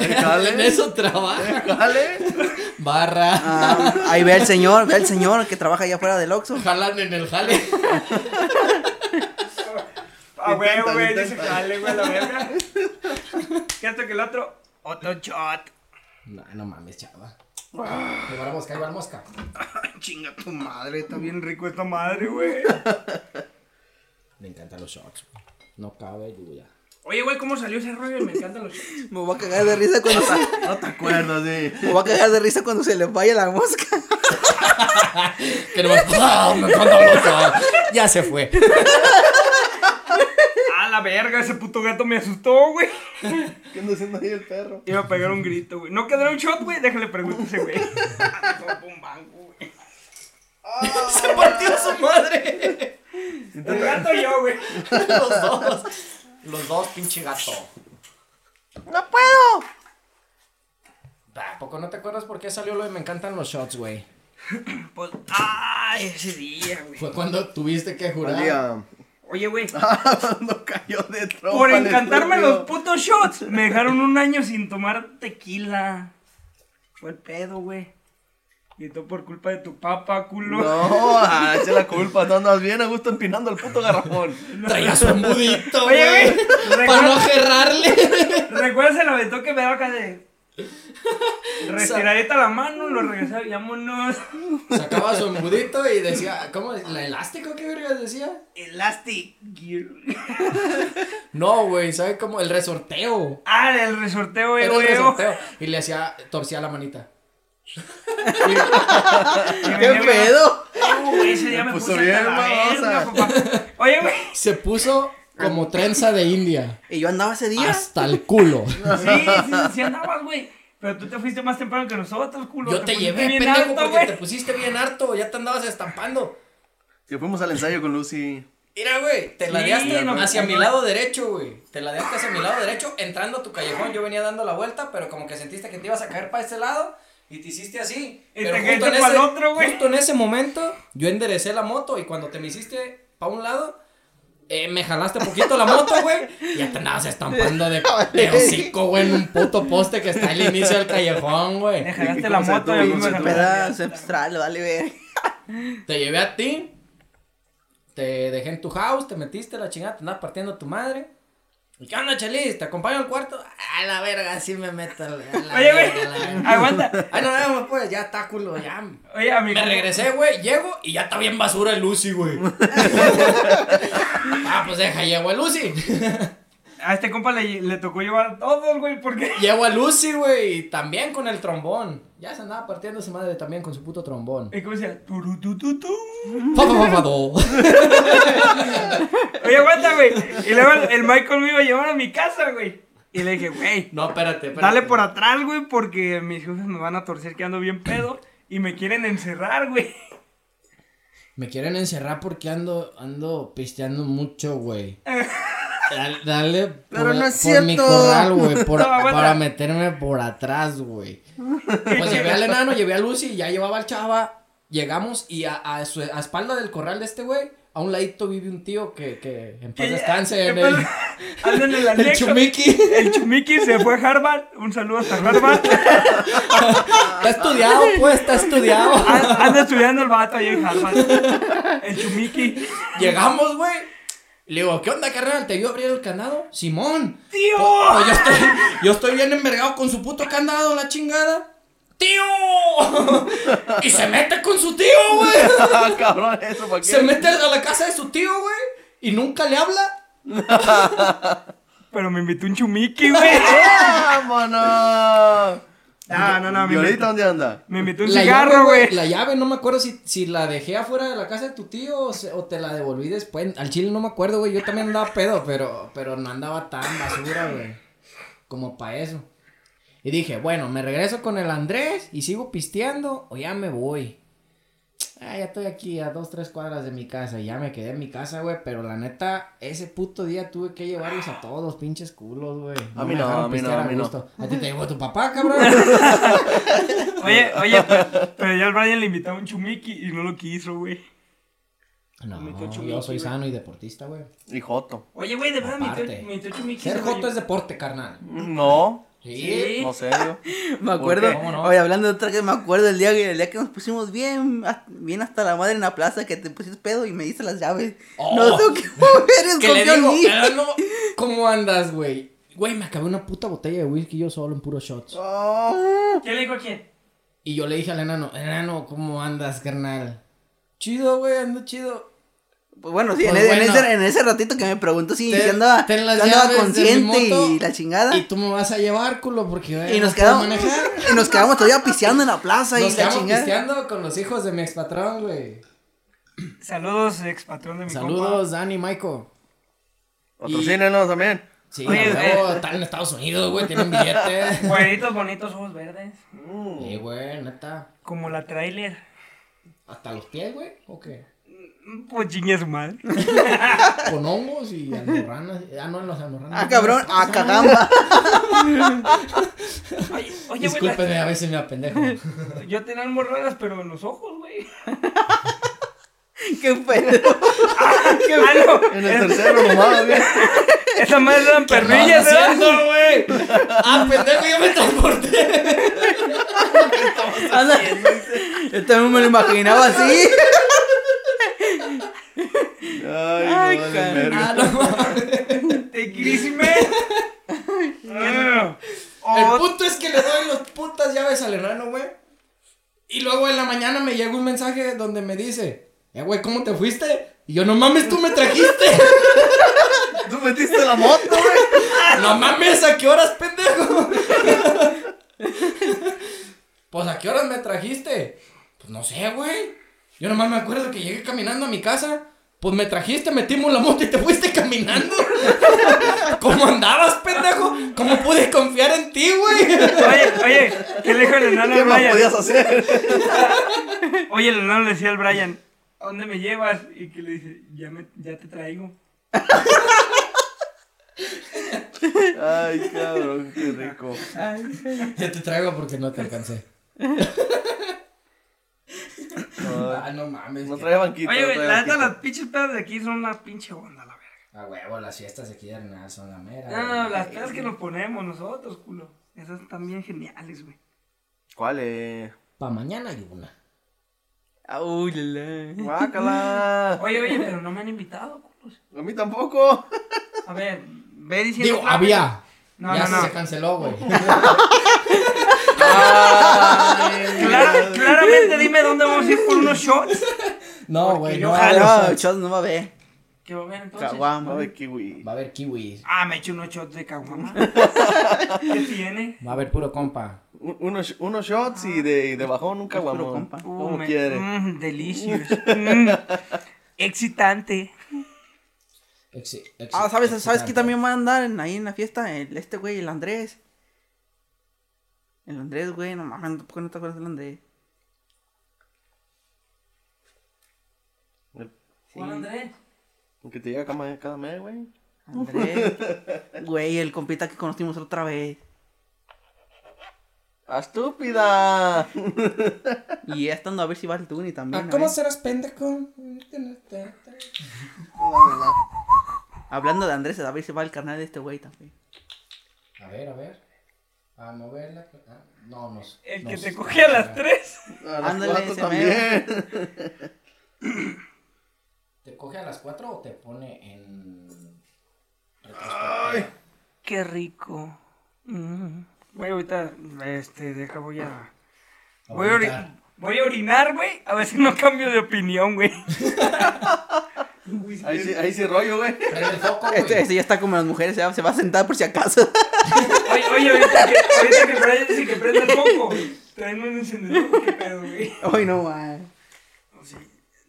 S2: Ahí jale.
S1: en eso trabaja.
S2: Jale.
S1: Barra.
S3: Ah, ahí ve el señor, ve el señor que trabaja allá afuera del Oxxo.
S1: Jalan en el jale.
S5: A huevo,
S2: Intenta,
S5: güey, dice
S2: intenta.
S5: jale, güey, la verga. Siento que el otro, otro shot.
S1: No, no mames, chava. Llevar a mosca, llevar a mosca.
S5: Chinga tu madre, está bien rico esta madre, güey.
S1: Me encantan los shots. güey. No cabe duda.
S5: Oye, güey, ¿cómo salió ese rollo? Me encantan los shots.
S3: Me voy a cagar de risa cuando se,
S2: No te acuerdas, sí.
S3: me voy a cagar de risa cuando se le vaya la mosca.
S1: Que no me Ah, me encantan los shots. Ya se fue.
S5: Ah, la verga, ese puto gato me asustó, güey.
S2: ¿Qué anda haciendo ahí el perro?
S5: Iba a pegar un grito, güey. ¿No quedará un shot, güey? Déjale preguntar a ese güey. Ah, no, fue un banco, güey.
S1: Se partió su madre.
S5: El gato y yo, güey.
S1: Los dos. Los dos, pinche gato.
S3: ¡No puedo!
S1: Bah, ¿A poco no te acuerdas por qué salió lo de me encantan los shots, güey?
S5: Pues, ay, ese día, güey.
S1: Fue cuando tuviste que jurar.
S2: Valía.
S5: Oye, güey.
S2: no cayó de trompa.
S5: Por
S2: el
S5: encantarme
S2: estúpido.
S5: los putos shots, me dejaron un año sin tomar tequila. Fue el pedo, güey. Y todo por culpa de tu papa, culo.
S2: No, ah, echa la culpa. Tú andas bien a gusto empinando el puto garrafón.
S1: Traías un budito,
S5: Oye,
S1: güey.
S5: güey,
S1: Para no
S5: recuerda-
S1: gerrarle.
S5: ¿Recuerdas el aventón que me daba acá de. Retiradita la mano, lo regresaba y vámonos.
S1: Sacaba su embudito y decía, ¿cómo? ¿La elástico qué vergas decía?
S5: Elastic Gear.
S1: No, güey, ¿sabes cómo? El resorteo.
S5: Ah, el resorteo, güey,
S1: Era el
S5: güey.
S1: resorteo. Y le hacía, torcía la manita.
S2: ¿Qué pedo?
S5: No, güey, Uh, ese día
S2: Me
S5: me
S2: puso
S5: puse bien,
S2: bien,
S5: la verga,
S2: babosa.
S5: papá. Oye, güey.
S1: Se puso como trenza de India.
S3: Y yo andaba ese día.
S1: Hasta el culo.
S5: Sí, sí, sí andabas, güey. Pero tú te fuiste más temprano que nosotros, culo.
S1: Yo te
S5: pusiste
S1: llevé,
S5: bien
S1: pendejo,
S5: alto,
S1: porque
S5: güey.
S1: te pusiste bien harto. Ya te andabas estampando.
S2: Que fuimos al ensayo con Lucy.
S1: Mira, güey, te
S5: Sí,
S1: ladeaste
S5: no me
S1: hacia mi
S5: acuerdo.
S1: lado derecho, güey. Te ladeaste hacia mi lado derecho, entrando a tu callejón. Yo venía dando la vuelta, pero como que sentiste que te ibas a caer para este lado y te hiciste así.
S5: Y
S1: pero
S5: te caíste pa'l otro, güey.
S1: justo en ese momento, yo enderecé la moto y cuando te me hiciste para un lado, eh, me jalaste poquito la moto, güey. Y ya te andabas estampando de, de hocico, güey, en un puto poste que está al inicio del callejón, güey.
S5: Me jalaste la
S2: ¿Cómo se
S5: moto y a
S2: tuvo?
S5: mí
S2: ¿Cómo se
S5: me jalaste
S2: tuvo?
S1: Ah,
S5: la
S3: Pedazo ancestral, vale, ver.
S1: Te llevé a ti. Te dejé en tu house, te metiste la chingada, te andaba partiendo tu madre. ¿Y qué onda, Chelis? ¿Te acompaño al cuarto? A la verga, sí me meto. a la
S5: Oye, güey,
S1: verga, a la verga.
S5: aguanta.
S1: Ay, no, no, pues ya está culo, ya.
S5: Oye, a mi
S1: Me regresé, güey, llego y ya está bien basura el Lucy, güey. ah, pues deja, llego a Lucy.
S5: A este compa le, le tocó llevar a todos, güey, porque.
S1: llego a Lucy, güey, y también con el trombón. Ya se andaba partiendo su madre también con su puto trombón.
S5: ¿Y cómo decía? Turu, tu, tu, tu.
S1: Fa, fa, fa, fa, do.
S5: Oye, aguanta, güey. Y luego el, el Michael me iba a llevar a mi casa, güey. Y le dije, güey,
S1: No, espérate, espérate.
S5: dale pues. por atrás, güey, porque mis jefes me van a torcer que ando bien pedo y me quieren encerrar, güey.
S1: Me quieren encerrar porque ando, ando pisteando mucho, güey. Dale, dale
S3: Pero no es
S1: mi
S3: cierto.
S1: corral, güey, por-
S5: No, aguanta.
S1: para meterme por atrás, güey. Pues llevé al enano, llevé a Lucy, ya llevaba al chava. Llegamos y a, a su, a espalda del corral de este güey, a un ladito vive un tío que, que en paz Pues descanse. en el,
S5: Ando en el
S1: el
S5: anexo.
S1: chumiki.
S5: El Chumiki se fue a Harvard. Un saludo hasta Harvard.
S1: está estudiado, pues, está estudiado.
S5: A- Anda estudiando el vato allá en Harvard. El Chumiki.
S1: Llegamos, güey. Le digo, ¿qué onda, carnal? ¿Te vio abrir el candado? Simón.
S5: ¡Tío!
S1: Po- po- yo, estoy, yo estoy bien envergado con su puto candado, la chingada. ¡Tío! y se mete con su tío, güey.
S2: Ah, cabrón, eso, ¿para qué?
S1: Se mete a la casa de su tío, güey. Y nunca le habla.
S5: Pero me invitó un Chumiki, güey.
S2: ¡Vámonos!
S5: Ah, No, no, no.
S2: ¿Y
S5: Me
S2: ahorita
S5: invitó,
S2: dónde anda?
S5: me invitó un
S1: La
S5: cigarro,
S1: llave,
S5: güey.
S1: La llave, no me acuerdo si, si la dejé afuera de la casa de tu tío o, se- o te la devolví después. Al chile no me acuerdo, güey. Yo también andaba pedo, pero, pero no andaba tan basura, güey. Como para eso. Y dije, bueno, me regreso con el Andrés y sigo pisteando o ya me voy. Ah, ya estoy aquí a dos, tres cuadras de mi casa. Ya me quedé en mi casa, güey. Pero la neta, ese puto día tuve que llevarlos a todos los pinches culos, güey.
S2: A mí
S1: me
S2: no,
S1: dejaron
S2: a mí no,
S1: pistear
S2: a mí no.
S1: gusto. A ti te llevó tu papá, cabrón.
S5: Oye, oye, pero, pero yo al Brian le invitaba un chumiki y no lo quiso, güey.
S1: no, yo soy sano y deportista, güey.
S2: Y Joto.
S5: Oye, güey, de verdad,
S1: Aparte.
S5: Ah, mi metió chumiki.
S1: Ser
S5: se
S1: joto
S5: cayó.
S1: es deporte, carnal.
S2: No,
S1: Sí.
S2: no serio.
S3: Me acuerdo,
S2: qué?
S1: ¿Cómo no?
S3: oye, hablando de otra que me acuerdo el día, que- el día que nos pusimos bien, a- bien hasta la madre en la plaza, que te pusiste pedo y me diste las llaves.
S1: Oh.
S3: No sé qué eres,
S1: Que le
S3: confío en
S1: digo,
S3: mí.
S1: "Hello, ¿cómo andas, güey? Güey, me acabé una puta botella de whisky yo solo en puros shots.
S3: Oh.
S5: ¿Qué le dijo a quién?
S1: Y yo le dije al enano, enano, ¿cómo andas, carnal? Chido, güey, ando chido.
S3: Pues bueno, sí, en,
S1: Pues
S3: e- en
S1: bueno.
S3: ese, en ese ratito que me preguntó si,
S1: Ten-
S3: si andaba,
S1: ten las
S3: si andaba
S1: llaves de mi
S3: consciente
S1: moto
S3: y la chingada.
S1: Y tú me vas a llevar, culo, porque yo ya
S3: Y
S1: no
S3: nos
S1: puedo
S3: quedamos,
S1: manejar.
S3: y nos quedamos todavía piseando en la plaza
S1: Nos
S3: y la
S1: quedamos
S3: chingada.
S1: pisteando con los hijos de mi expatrón, güey.
S5: Saludos, ex patrón de mi
S1: Saludos, Dani, Maiko.
S2: Patrocínenos también.
S1: Sí,
S5: Oye,
S1: a huevo,
S5: eh.
S1: están en Estados Unidos, güey, tienen billetes.
S5: compa. Güeritos bonitos, ojos verdes.
S1: Sí, güey, neta.
S5: Como la trailer.
S1: Hasta los pies, güey, ¿o qué?
S5: Pues chingue su madre.
S1: Con hongos y almorranas. Ah, no, en los almorranas.
S3: Ah, cabrón, ah, cagamba.
S5: Oye, oye, güey.
S1: Discúlpeme, a veces me apendejo.
S5: la- Yo tenía almorranas, pero en los ojos, güey.
S3: Qué pedo.
S5: Ah, no.
S2: En el tercero nomás, güey.
S5: Esas madres eran perrillas, ¿verdad?
S1: güey? Ah, pendejo, yo me transporté.
S3: Anda. Yo también me lo imaginaba así. Ay,
S2: Ay, no, vale,
S3: carnal.
S2: verga.
S1: Ah, no, mames.
S5: Te quisime.
S1: El
S5: O
S1: punto es que le doy las putas llaves al enano, güey. Y luego en la mañana me llega un mensaje donde me dice, eh, güey, ¿cómo te fuiste? Y yo, no mames, tú me trajiste.
S2: Tú metiste la moto, güey.
S1: no mames, ¿a qué horas, pendejo? pues, ¿a qué horas me trajiste? Pues, no sé, güey. Yo nomás me acuerdo que llegué caminando a mi casa. Pues me trajiste, metimos la moto y te fuiste caminando. ¿Cómo andabas, pendejo? ¿Cómo pude confiar en ti, güey?
S5: Oye, oye, ¿qué le dijo el enano
S2: ¿Qué
S5: al
S2: más
S5: Brian?
S2: podías hacer?
S5: Oye, el enano le decía al Brian, ¿a dónde me llevas? Y que le dice, ya, me, ya te traigo.
S2: Ay, cabrón, qué rico.
S1: Ya te traigo porque no te alcancé.
S2: Ay,
S1: Ah, no mames.
S2: No
S1: que-
S2: trae banquita.
S5: Oye,
S2: no
S5: güey,
S2: trae
S5: la neta,
S2: banquita.
S5: las pinches pedas de aquí son una pinche onda, la verga.
S1: A huevo, las fiestas aquí de Arenal son la mera.
S5: No, no,
S1: güey.
S5: las pedas que nos ponemos nosotros, culo. Esas están bien geniales, güey.
S2: ¿Cuál es?
S1: Pa' mañana hay una.
S3: Ah, uy, la, la.
S2: Guácala.
S5: Oye, oye, pero no me han invitado, culos.
S2: A mí tampoco.
S5: A ver, ve diciendo.
S1: Digo, había.
S5: No,
S1: ya
S5: no,
S1: se-
S5: no.
S1: se canceló, güey.
S5: Clara- claramente dime dónde vamos a ir por unos shots.
S1: No, güey, no.
S5: yo
S1: va a
S3: Ah,
S1: haber
S3: no,
S1: shots.
S3: chos no va a ver.
S5: ¿Qué va a ver entonces?
S2: No,
S3: Caguama.
S2: de kiwi.
S1: Va a haber kiwis.
S5: Ah, me eché unos shots de caguama. ¿Qué tiene?
S1: Va a haber puro compa.
S2: Un- Unos, unos shots y de, y de bajón un
S3: Puro
S2: caguamón.
S3: compa.
S5: Uh,
S2: Como
S5: me-
S2: quiere.
S5: mm, delicious. Mm, excitante.
S1: Exi- exi-
S3: Ah, ¿sabes, ¿sabes
S1: excitante.
S3: qué también va a andar en- ahí en la fiesta? El, este güey, el Andrés. El Andrés, güey, no mames, ¿por qué no te acuerdas del Andrés?
S5: Juan Andrés.
S2: Aunque te llega cada, cada mes, güey.
S3: Andrés. güey, el compita que conocimos otra vez.
S2: ¡Ah, estúpida!
S3: Y ya estando a ver si va el Tuni también.
S1: Ah,
S3: a
S1: ¿Cómo
S3: ver.
S1: serás pendejo?
S3: Hablando de Andrés, a ver si va el carnal de este güey también.
S1: A ver, a ver. A moverla. Ah, no, no.
S5: El
S1: no
S5: que
S1: sé.
S5: te coge a las tres.
S2: A las
S3: Ándale,
S2: cuatro
S3: ese
S2: también.
S1: ¿Te coge a las 4 o te pone en. retrospectiva?
S5: Qué rico. Mm. Güey, ahorita, este, deja, voy a. Voy a, ori-
S1: Ahorita.
S5: voy a orinar, güey. A ver si no cambio de opinión, güey.
S2: Ahí sí, ahí sí rollo, güey.
S1: Prende el foco, güey.
S3: Este, este ya está como las mujeres, se va, se va a sentar por si acaso.
S5: Oye, oye, ahorita que, ahorita que Brian dice que prenda el foco. Traen un encendedor, qué pedo, güey.
S3: Ay, no, güey.
S5: Sí.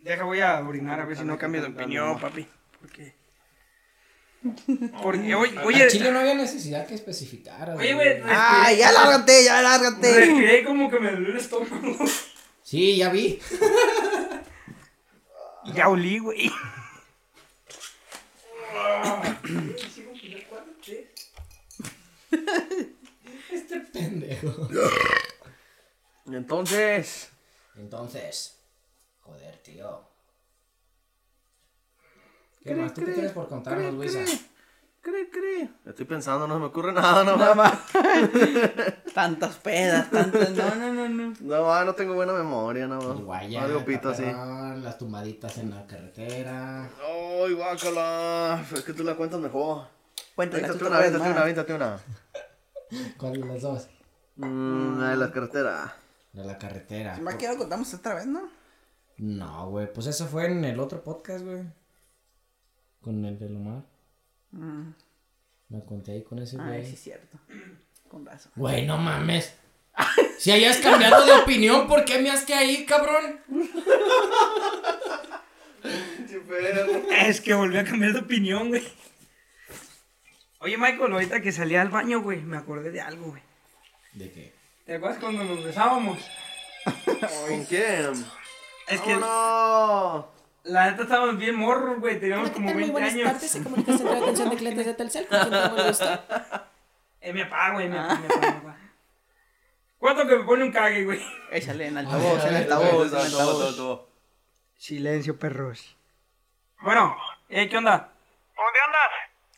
S5: Deja, voy a orinar a ver si no cambio de opinión, papi. Porque. Porque,
S1: Oye,
S5: oye, oye,
S1: Chile no había necesidad que especificara.
S5: Oye, güey, Ah, no-
S3: Ay, Ah, ya lárgate, ya lárgate.
S5: respiré como que me dolió el estómago.
S1: Sí, ya vi.
S5: Ya olí, güey.
S1: Este pendejo.
S2: Entonces,
S1: Entonces, joder, tío. ¿Qué más? ¿Tú qué tienes por contarnos, Luisa?
S2: cre, cre. Estoy pensando, no se me ocurre nada, no
S3: Nada
S2: más.
S3: más. tantas pedas, tantas. No, no, no, no.
S2: No, ma, no tengo buena memoria, nada más.
S1: Guaya,
S2: Algo pito así.
S1: Caperón, las tumbaditas en la carretera.
S2: Ay, guácala. Es que tú la cuentas mejor.
S3: Cuéntale
S2: Véntate
S3: tú
S2: una,
S3: una vez
S2: véntate una,
S3: más.
S2: véntate una.
S1: ¿Cuál de las dos?
S2: Mm, la de la carretera.
S1: De la carretera.
S3: Más que lo contamos otra vez, ¿no?
S1: No, güey, pues eso fue en el otro podcast, güey. Con el del Omar. Me conté ahí con ese
S3: Mm. Ay,
S1: güey.
S3: sí, es cierto. Con razón.
S1: Güey, no mames. Si hayas cambiado de opinión, ¿por qué me haste ahí, cabrón?
S5: Es que volví a cambiar de opinión, güey. Oye, Michael, ahorita que salí al baño, güey, me acordé de algo, güey.
S1: ¿De qué?
S5: ¿Te acuerdas cuando nos besábamos?
S2: ¿Con quién?
S5: Es que
S2: ¡No!
S5: la neta estábamos bien morros, güey. Teníamos como 20 años.
S7: se comunica Centro de Atención de Clientes de Telcel, con quien tengo el gusto.
S5: Eh, me apago, güey. Me apago, me apago, me apago. ¿Cuánto que me pone un cague, güey?
S3: Échale en
S1: A ver,
S3: altavoz,
S1: a
S3: en
S1: ver,
S3: altavoz, en altavoz.
S5: Silencio, perros. Bueno, eh, ¿qué onda?
S8: ¿Dónde andas?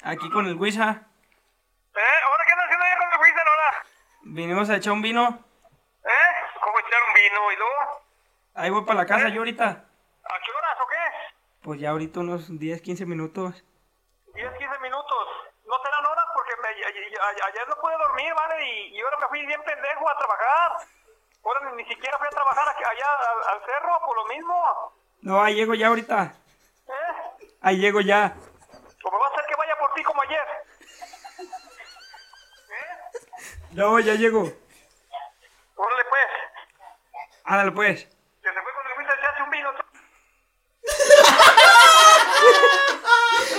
S5: Aquí con el Wisa.
S8: ¿Eh? ¿Ahora qué andas haciendo allá con el Wisan ahora?
S5: Vinimos a echar un vino.
S8: ¿Eh? ¿Cómo echar un vino y luego?
S5: Ahí voy para la casa yo ahorita.
S8: ¿A qué horas o qué?
S5: Pues ya ahorita unos 10, 15 minutos.
S8: 10, 15 minutos. No serán horas porque me- a- a- a- ayer no pude dormir, ¿vale? Y, y ahora me fui bien pendejo a trabajar. Ahora ni, ni siquiera fui a trabajar aquí- allá al, al cerro por lo mismo.
S5: No, ahí llego ya ahorita.
S8: ¿Eh?
S5: Ahí llego ya.
S8: ¿O me va a hacer que vaya por ti como ayer?
S5: No, ya llego.
S8: Órale, pues.
S5: Ándale pues.
S8: Que se fue con el Wisan ya hace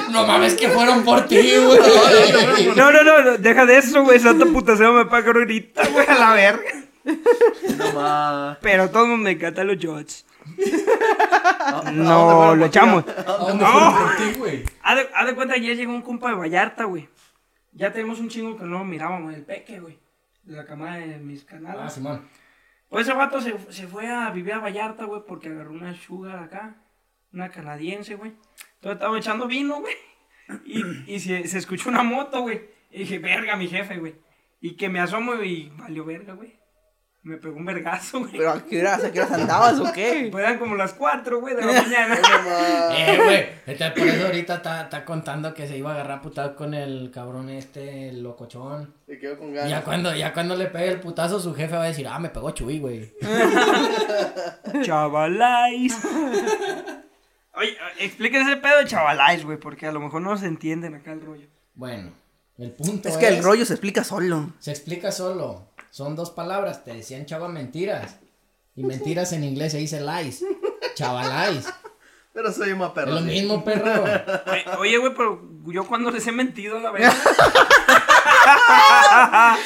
S8: un vino. tú.
S1: No mames que fueron por ti, güey.
S5: No, no, no, no, deja de eso, güey. Santa puta se me paga ahorita, güey, a la verga.
S2: No más.
S5: Pero todo el mundo me encanta los shots.
S2: Ah, dónde
S5: No,
S2: fueron
S5: lo
S2: por ti?
S5: echamos.
S1: ¿A dónde fueron por ti, güey?
S5: Haz de, haz de cuenta, ayer llegó un compa de Vallarta, güey. Ya tenemos un chingo que no lo mirábamos, el peque, güey. De la cama de mis
S1: Ah,
S5: canales.
S1: Simón.
S5: Pues ese vato se, se fue a vivir a Vallarta, güey, porque agarró una sugar acá, una canadiense, güey. Entonces estaba echando vino, güey. Y, y se, se escuchó una moto, güey. Y dije, verga, mi jefe, güey. Y que me asomo y valió verga, güey. Me pegó un vergazo, güey.
S3: Pero a qué horas, a qué horas andabas o qué?
S5: Pues eran como las 4, güey, de la mañana.
S1: Eh, güey. Entonces, por eso ahorita está, está contando que se iba a agarrar a putazo con el cabrón este, el locochón.
S2: Se quedó con
S1: Y Ya
S2: ganas.
S1: cuando, ya cuando le pegue el putazo, su jefe va a decir, ah, me pegó Chuy, güey.
S5: Chavalais. Oye, explíquense ese pedo de chavalais, güey, porque a lo mejor no se entienden acá el rollo.
S1: Bueno, el punto es...
S3: Es que el rollo se explica solo.
S1: Se explica solo. Son dos palabras. Te decían chava mentiras. Y mentiras en inglés se dice lies. Chavalais.
S2: Pero soy más
S1: Es
S2: perro.
S1: lo
S2: sí.
S1: mismo, perro.
S5: Oye, Oye, güey, pero yo cuando les he mentido, la verdad.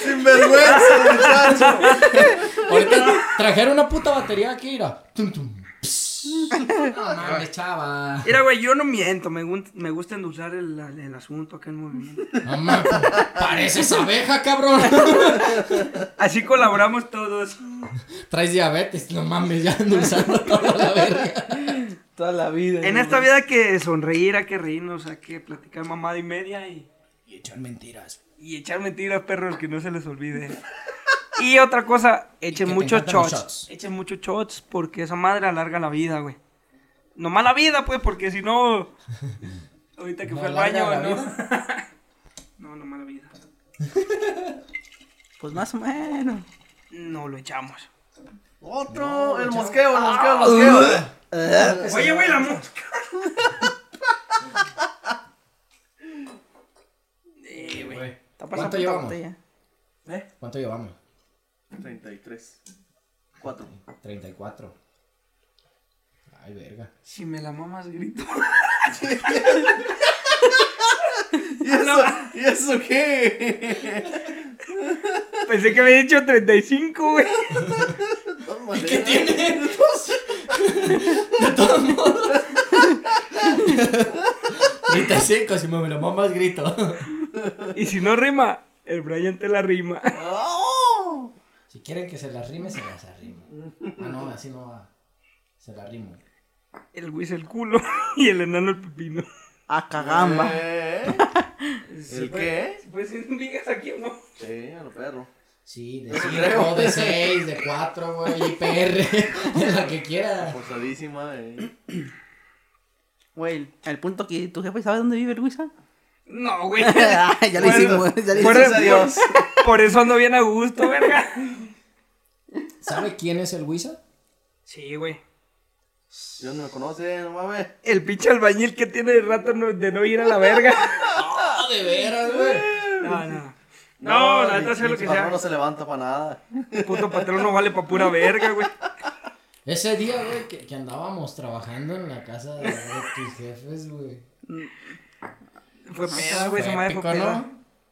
S2: ¡Sinvergüenza, muchacho!
S1: Ahorita trajeron una puta batería aquí, mira. Tum, tum, pss. No mames, chava.
S5: Mira, güey, yo no miento, me, gun- me gusta endulzar el, el asunto acá en movimiento.
S1: No mames, pareces abeja, cabrón.
S5: Así colaboramos todos.
S1: Traes diabetes, no mames, ya ando usando toda la verga.
S3: Toda la vida.
S5: En esta vida hay que sonreír, hay que reírnos, hay que platicar mamada y media y,
S1: Y echar mentiras.
S5: y echar mentiras, perros, que no se les olvide. Y otra cosa, echen
S1: que te
S5: muchos
S1: encantan los
S5: shots.
S1: shots.
S5: Echen muchos shots porque esa madre alarga la vida, güey. Nomás la vida, pues, porque si no. Ahorita que
S1: ¿No
S5: fue al
S1: alarga
S5: baño,
S1: la
S5: ¿no? no, nomás la vida.
S3: Pues más o menos.
S5: No lo echamos.
S2: Otro, el mosqueo, el mosqueo, el mosqueo.
S5: Oye, güey, la mosca. eh, güey.
S3: Está
S1: ¿Cuánto
S3: pasando
S1: llevamos?
S3: botella.
S1: ¿Cuánto llevamos?
S2: 33. 4.
S1: 34. Ay, verga.
S5: Si me la mamas, grito.
S2: ¿Y eso, ¿Y eso qué?
S5: Pensé que había hecho 35, güey.
S2: ¿Qué tiene?
S1: De todos modos. de cinco, si me lo mamas grito.
S5: Y si no rima, el Brian te la rima.
S1: Si quieren que se las rime, se las arrimo. Ah, no, así no va. Se las rimo.
S5: El güey es el culo y el enano el pepino.
S3: A cagamba.
S2: ¿Eh? ¿El qué?
S5: Pues en vigas aquí, ¿no?
S2: Sí, eh, a los perros.
S1: Sí, de cinco, de seis, de cuatro, güey, IPR, de la que quiera.
S2: Forzadísima, eh.
S3: Güey, el punto que tu jefe sabe dónde vive Luisa.
S5: No, güey.
S3: Ah, ya lo
S5: Fuera-
S3: hicimos, ya lo
S5: fuera-
S3: hicimos.
S2: Gracias a Dios.
S5: Por eso ando bien a gusto, verga.
S1: ¿Sabe quién es el Wisa?
S5: Sí, güey.
S2: Dios no me conoce, no mames.
S5: El pinche albañil que tiene de rato no- de no ir a la verga.
S1: Ah, de veras, güey.
S5: No, no. No, la neta
S2: mi-
S5: sea lo
S2: mi
S5: que
S2: patrón
S5: sea.
S2: no se levanta para nada.
S5: Puto patrón no vale pa' pura verga, güey.
S1: Ese día, güey, que, que andábamos trabajando en la casa de, de tus jefes, güey.
S5: Fue peda, Ah, güey, esa madre fue
S1: épico,
S5: peda.
S1: ¿no?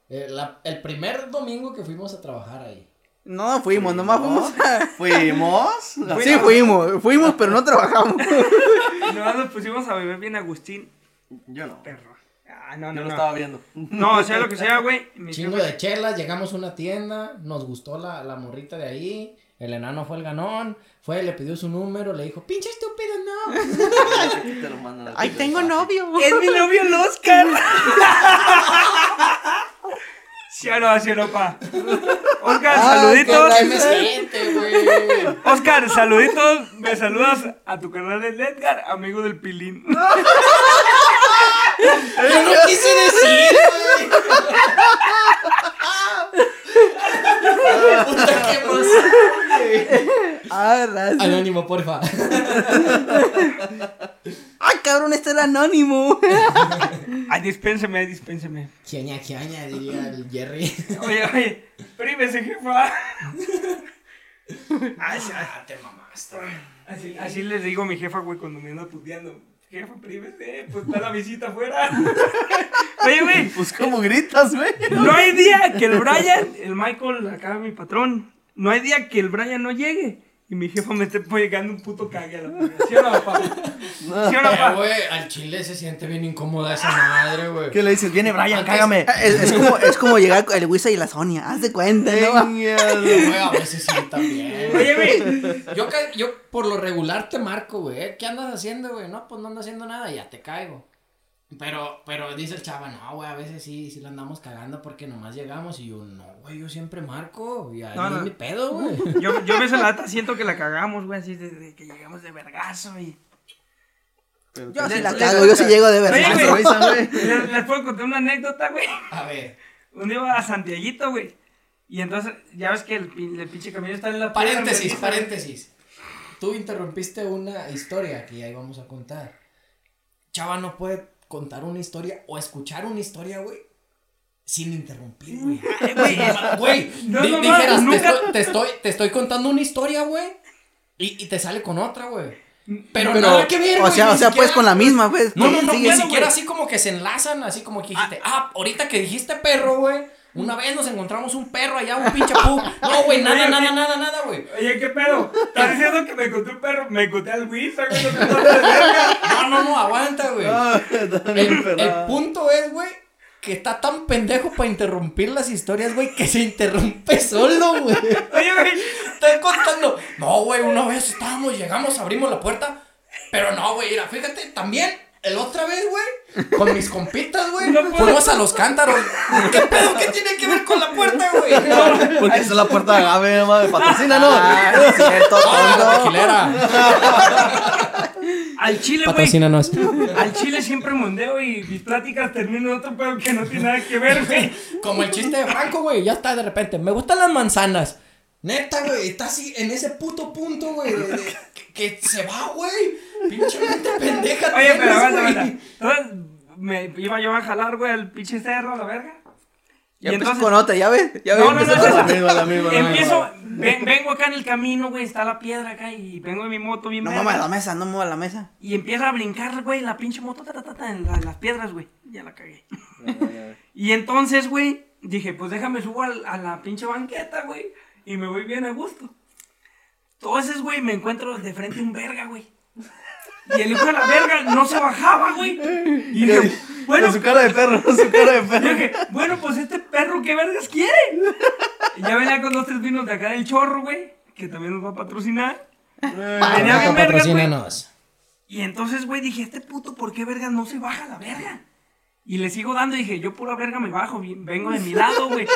S1: Eh, la- el primer domingo que fuimos a trabajar ahí.
S3: No fuimos, nomás fuimos a...
S2: ¿Fuimos?
S3: Sí, fuimos, fuimos, pero no trabajamos.
S5: Y nomás nos pusimos a beber bien Agustín,
S2: Yo no.
S5: perro. Ah, no,
S2: Yo
S5: no,
S2: lo
S5: no.
S2: estaba viendo.
S5: No, sea lo que sea, güey. mi
S1: Chingo
S5: jefe-
S1: de chelas, llegamos a una tienda, nos gustó la, la morrita de ahí. El enano fue el ganón, fue, le pidió su número, le dijo, pinche estúpido, no.
S2: Te lo mandan a-
S3: Ahí tengo novio.
S5: Es mi novio el Oscar. Sí o no, sí o no, pa. Oscar, saluditos.
S1: Ay, me siente, güey.
S5: Oscar, saluditos. Me saludas a tu canal del Edgar, amigo del Pilín.
S1: Yo no quise decir, güey. Puta, qué emoción.
S3: Ah, raza.
S1: Anónimo, porfa.
S3: Ay, cabrón, este era anónimo.
S5: Ay, dispénseme, ay, dispénseme.
S1: Quiaña, quiaña, diría el Jerry.
S5: Oye, oye, prímese, jefa.
S1: Ay, ya te mamaste.
S5: Así, así les digo a mi jefa, güey, cuando me anda puteando. Jefa, prímese, pues está la visita afuera. Oye, güey,
S2: Pues, ¿cómo gritas, güey?
S5: No hay día que el Brian, el Michael, acá mi patrón, no hay día que el Brian no llegue. Y mi jefa me esté llegando un puto cague a la verga. ¿Sí o no, papá? ¿Sí o no,
S1: Pero,
S5: papá?
S1: güey, al chile se siente bien incómoda esa madre, güey.
S2: ¿Qué le dices? Viene Brian, cágame.
S3: Es, es como, es como llegar el Wisa y la Sonia. Haz de cuenta, ¿no?
S2: Venga.
S1: Güey, a veces sí también.
S5: Oye, güey,
S1: Yo, ca- yo por lo regular te marco, güey. ¿eh? ¿Qué andas haciendo, güey? No, pues no ando haciendo nada, ya te caigo. Pero, pero dice el chava, no, güey, a veces sí, sí lo andamos cagando porque nomás llegamos. Y yo, no, güey, yo siempre marco. Y ahí
S5: No, no.
S1: es mi pedo, güey.
S5: yo, yo me la neta siento que la cagamos, güey, así desde que llegamos de vergazo y...
S3: Yo sí la cago, yo sí llego de
S5: Oye,
S3: verdad.
S5: güey.
S2: Risa, güey.
S5: Les, les puedo contar una anécdota, güey.
S1: A ver,
S5: Un día iba a Santiaguito, güey. Y entonces, ya ves que el, pin- el pinche camino está en la...
S1: paréntesis, paréntesis. Tú interrumpiste una historia que ya íbamos a contar. Chava no puede contar una historia o escuchar una historia, güey, sin interrumpir, güey.
S5: Eh, güey, es-
S1: Güey,
S5: No,
S1: di-
S5: no, no,
S1: dijeras, te
S5: nunca-
S1: estoy- te, estoy, te estoy contando una historia, güey. Y, y te sale con otra, güey. Pero,
S3: Pero,
S1: nada que ver,
S3: o
S1: güey,
S3: sea,
S1: ni
S3: o sea, pues
S1: siquiera-
S3: con la misma, pues.
S1: No, no, no,
S3: sigue.
S1: ni siquiera
S5: güey.
S1: así como que se enlazan, así como que dijiste, ah, ahorita que dijiste perro, güey.
S3: Mm.
S1: Una vez nos encontramos un perro allá, un pinche pu. No, güey, nada, nada, nada, nada, güey.
S5: Oye, ¿qué pedo? ¿Estás diciendo que me encontré un perro? Me encontré al Luis, güey. no te pases de verga.
S1: No, no, no, aguanta, güey.
S2: Ah,
S1: El,
S2: pero-
S1: el punto es, güey, que está tan pendejo para interrumpir las historias, güey, que se interrumpe solo, güey.
S5: Oye, güey.
S1: Estoy contando. No, güey, una vez estábamos, llegamos, abrimos la puerta. Pero no, güey, mira, fíjate, también, el otra vez, güey, con mis compitas, güey,
S5: No puedo.
S1: fuimos a los cántaros. ¿Qué pedo que tiene que ver con la puerta, güey? No, no,
S2: Porque esa es la puerta de Agave, no mames. Patrocina, ¿no?
S3: Ah, es cierto,
S1: la
S3: tonto.
S1: tequilera.
S5: Al chile, güey.
S1: Patrocínanos.
S5: Al chile siempre mondeo y mis pláticas terminan en otro pedo que no tiene nada que ver, güey.
S1: Como el chiste de Franco, güey, ya está de repente. Me gustan las manzanas. Neta, güey, está así en ese puto punto, güey, de- de- que, que se va, güey. Pinche mente pendeja.
S5: Oye, pero
S1: tienes,
S5: aguanta,
S1: güey.
S5: aguanta. Entonces, me iba yo a jalar, güey, al pinche cerro, a la verga.
S3: Ya empezó con otra, ya ves. Ya pues, ves.
S5: No, no, no,
S2: La
S5: no.
S2: misma, la misma. la misma.
S5: Empiezo, ven- vengo acá en el camino, güey, está la piedra acá y vengo en mi moto bien
S3: No
S5: verga.
S3: muevas la mesa, no muevas la mesa.
S5: Y empieza a brincar, güey, la pinche moto ta, ta, ta, ta, en la- las piedras, güey. Ya la cagué. y entonces, güey, dije, pues déjame subo al- a la pinche banqueta, güey. Y me voy bien a gusto. Entonces, güey, me encuentro de frente un verga, güey. Y el hijo de la verga no se bajaba, güey. Y dije, Bueno,
S2: Con su cara de perro, con su cara de
S5: Yo
S2: perro.
S5: dije, bueno, pues este perro, ¿qué vergas quiere? Y ya venía con dos, tres vinos de acá del chorro, güey, que también nos va a patrocinar.
S1: Ah,
S5: Venía bien vergas, güey.
S1: Patrocínanos.
S5: Y entonces, güey, dije, este puto, ¿por qué verga no se baja la verga? Y le sigo dando, y dije, yo pura verga me bajo, vi- vengo de mi lado, güey.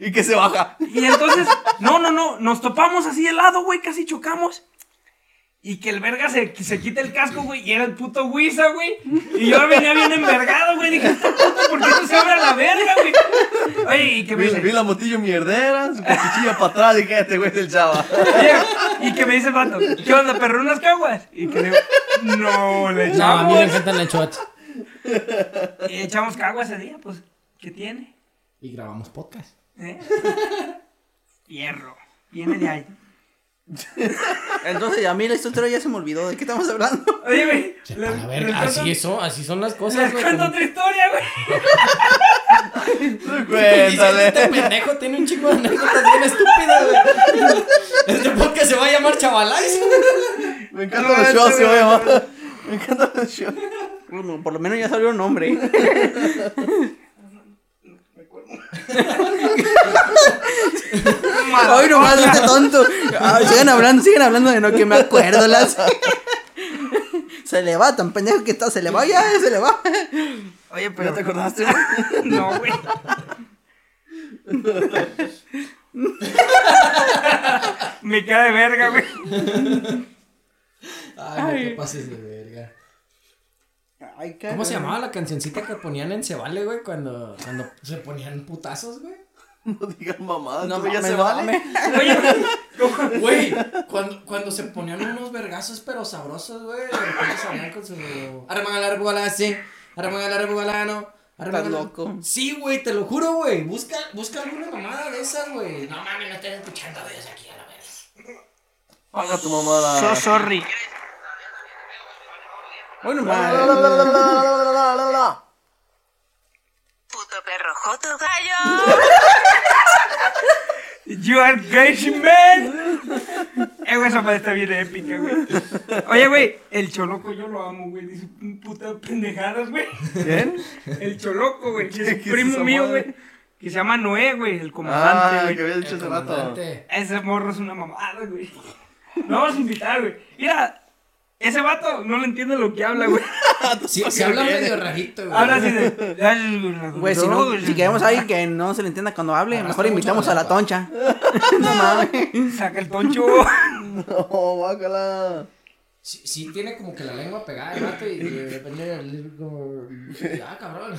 S2: Y que se baja.
S5: Y entonces, no, no, no, nos topamos así de lado, güey, casi chocamos. Y que el verga se, se quita el casco, güey, y era el puto Wisa, güey. Y yo venía bien envergado, güey. Dije, "Este puto, ¿por qué no se abre la verga, güey? Oye, y que me
S2: Vi, vi
S5: dice,
S2: la motillo mierdera, su cuchilla para atrás. Dije, este güey es el chava.
S5: "Oye", y que me dice el vato, ¿qué onda, perro, unas caguas? Y que le digo, no, le
S1: No, a mí
S5: echamos.
S1: me encantan las shots.
S5: y echamos caguas ese día, pues, ¿qué tiene?
S1: Y grabamos podcast.
S5: ¿Eh? Fierro. Viene de ahí.
S3: Entonces, a mí la historia ya se me olvidó. ¿De qué estamos hablando?
S5: Oye, güey.
S1: A
S5: les-
S1: ver,
S5: les cuento-
S1: así, eso, así son las cosas.
S5: Les
S1: güey,
S5: cuento
S1: como-
S5: otra historia, güey.
S1: Dice, Este
S2: Cuéntale.
S1: pendejo tiene un chingo de anécdotas bien estúpidas, güey. Este podcast se va a llamar Chavalice.
S2: Me encantan los shows, se va a llamar. Me encantan los shows.
S3: Bueno, por lo menos ya salió un nombre. Ay, nomás este tonto. Ah, sigan hablando, sigan hablando de no que me acuerdo. Las... Se le va, tan pendejo que está. Se le va, ya, se le va.
S5: Oye,
S2: ¿Ya te acordaste?
S5: No, güey. Me queda de verga, güey.
S1: Ay, no te pases de verga. ¿Cómo se llamaba la cancioncita que ponían en Se Vale, güey? Cuando, cuando se ponían putazos, güey.
S2: No digas mamadas,
S3: No,
S2: no, ya
S3: mames,
S2: se
S3: no
S2: vale.
S3: mames.
S5: Oye, ¿cómo?
S1: Güey, cuando, cuando se ponían unos vergazos pero sabrosos, güey. cuando salían con su... Arman al arbugalá, sí. Arman al arbugalano.
S3: Estás loco.
S1: Sí, güey, te lo juro, güey. Busca, busca alguna mamada de esas, güey. No mames, no estén escuchando videos aquí a la vez.
S2: Paga tu mamada.
S5: So sorry.
S3: Bueno,
S2: La, la, la, la, la, la, la, la, la, la.
S6: Puto perro joto gallo.
S5: You are crazy man. Eh, güey, esa madre está bien épica, güey. Oye, güey, el choloco yo lo amo, güey. Dice putas pendejadas, güey.
S2: ¿Quién?
S5: El choloco, güey. que Es
S2: ¿Qué es
S5: un primo
S2: esa
S5: mío,
S2: madre?
S5: güey. Que se llama Noé, güey, el comandante,
S2: Ah,
S5: güey.
S2: que había dicho
S1: El
S2: hace rato.
S1: comandante.
S5: Ese morro es una mamada, güey. Lo vamos a invitar, güey. Mira, ese vato no le entiende lo que habla, güey.
S1: Sí, se habla medio rarito, güey.
S5: Habla así de.
S3: Güey, si, no, si queremos a alguien que no se le entienda cuando hable,
S1: Arrastra
S3: mejor invitamos
S1: mucho
S3: a
S1: la
S3: la toncha. no mames.
S5: Saca el toncho.
S2: No, bácala.
S1: Sí, sí tiene como que la lengua pegada el vato y eh, depende del... Como... Ah, cabrón.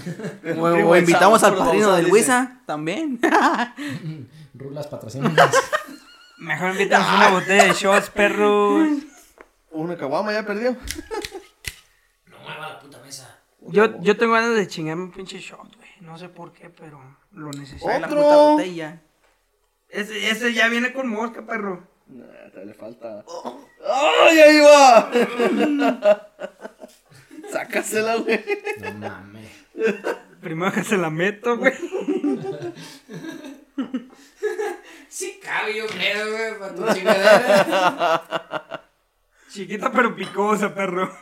S3: O, o invitamos al padrino del Wisa también.
S1: Rulas patrocinadas.
S5: Mejor invitamos una botella de shots, perros.
S2: Una caguama ya perdió.
S1: No mueva la puta mesa.
S5: Yo, yo tengo ganas de chingarme un pinche shot, güey. No sé por qué, pero lo necesito.
S3: La
S2: Otro.
S3: puta botella.
S5: Ese, ese ya viene con mosca, perro.
S2: Nah, todavía le falta. ¡Ay, ahí va! Sácasela, güey.
S1: No mames.
S5: Primero que se la meto, güey.
S1: Sí cabe, yo creo, güey, para tu chingadera.
S5: Chiquita pero picosa, perro.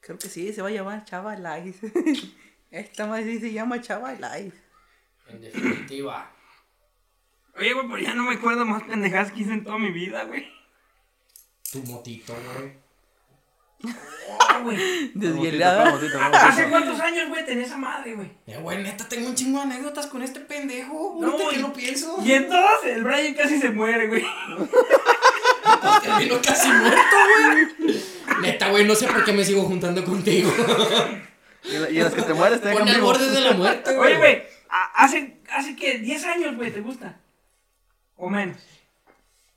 S3: Creo que sí, se va a llamar Chava Lice. Esta madre sí se llama Chava Lice.
S1: En definitiva.
S5: Oye, güey, pues ya no me acuerdo más pendejadas que hice en toda mi vida, güey.
S1: Tu motito, güey.
S5: Ah, güey.
S3: Desvielada.
S5: ¿Hace cuántos años, güey, tenía esa madre, güey?
S1: Eh, güey, neta, tengo un chingo de anécdotas con este pendejo.
S5: No,
S1: Ahorita que
S5: y-
S1: lo pienso.
S5: Y entonces el Brian casi se muere, güey.
S1: Termino casi muerto, güey. Neta, güey, no sé por qué me sigo juntando contigo.
S2: Y la- Y en las que te mueres te dejan
S1: Ponme al
S2: vivo.
S1: borde de la muerte, güey.
S5: Oye, güey, a- hace, hace que 10 años, güey, ¿te gusta? O menos.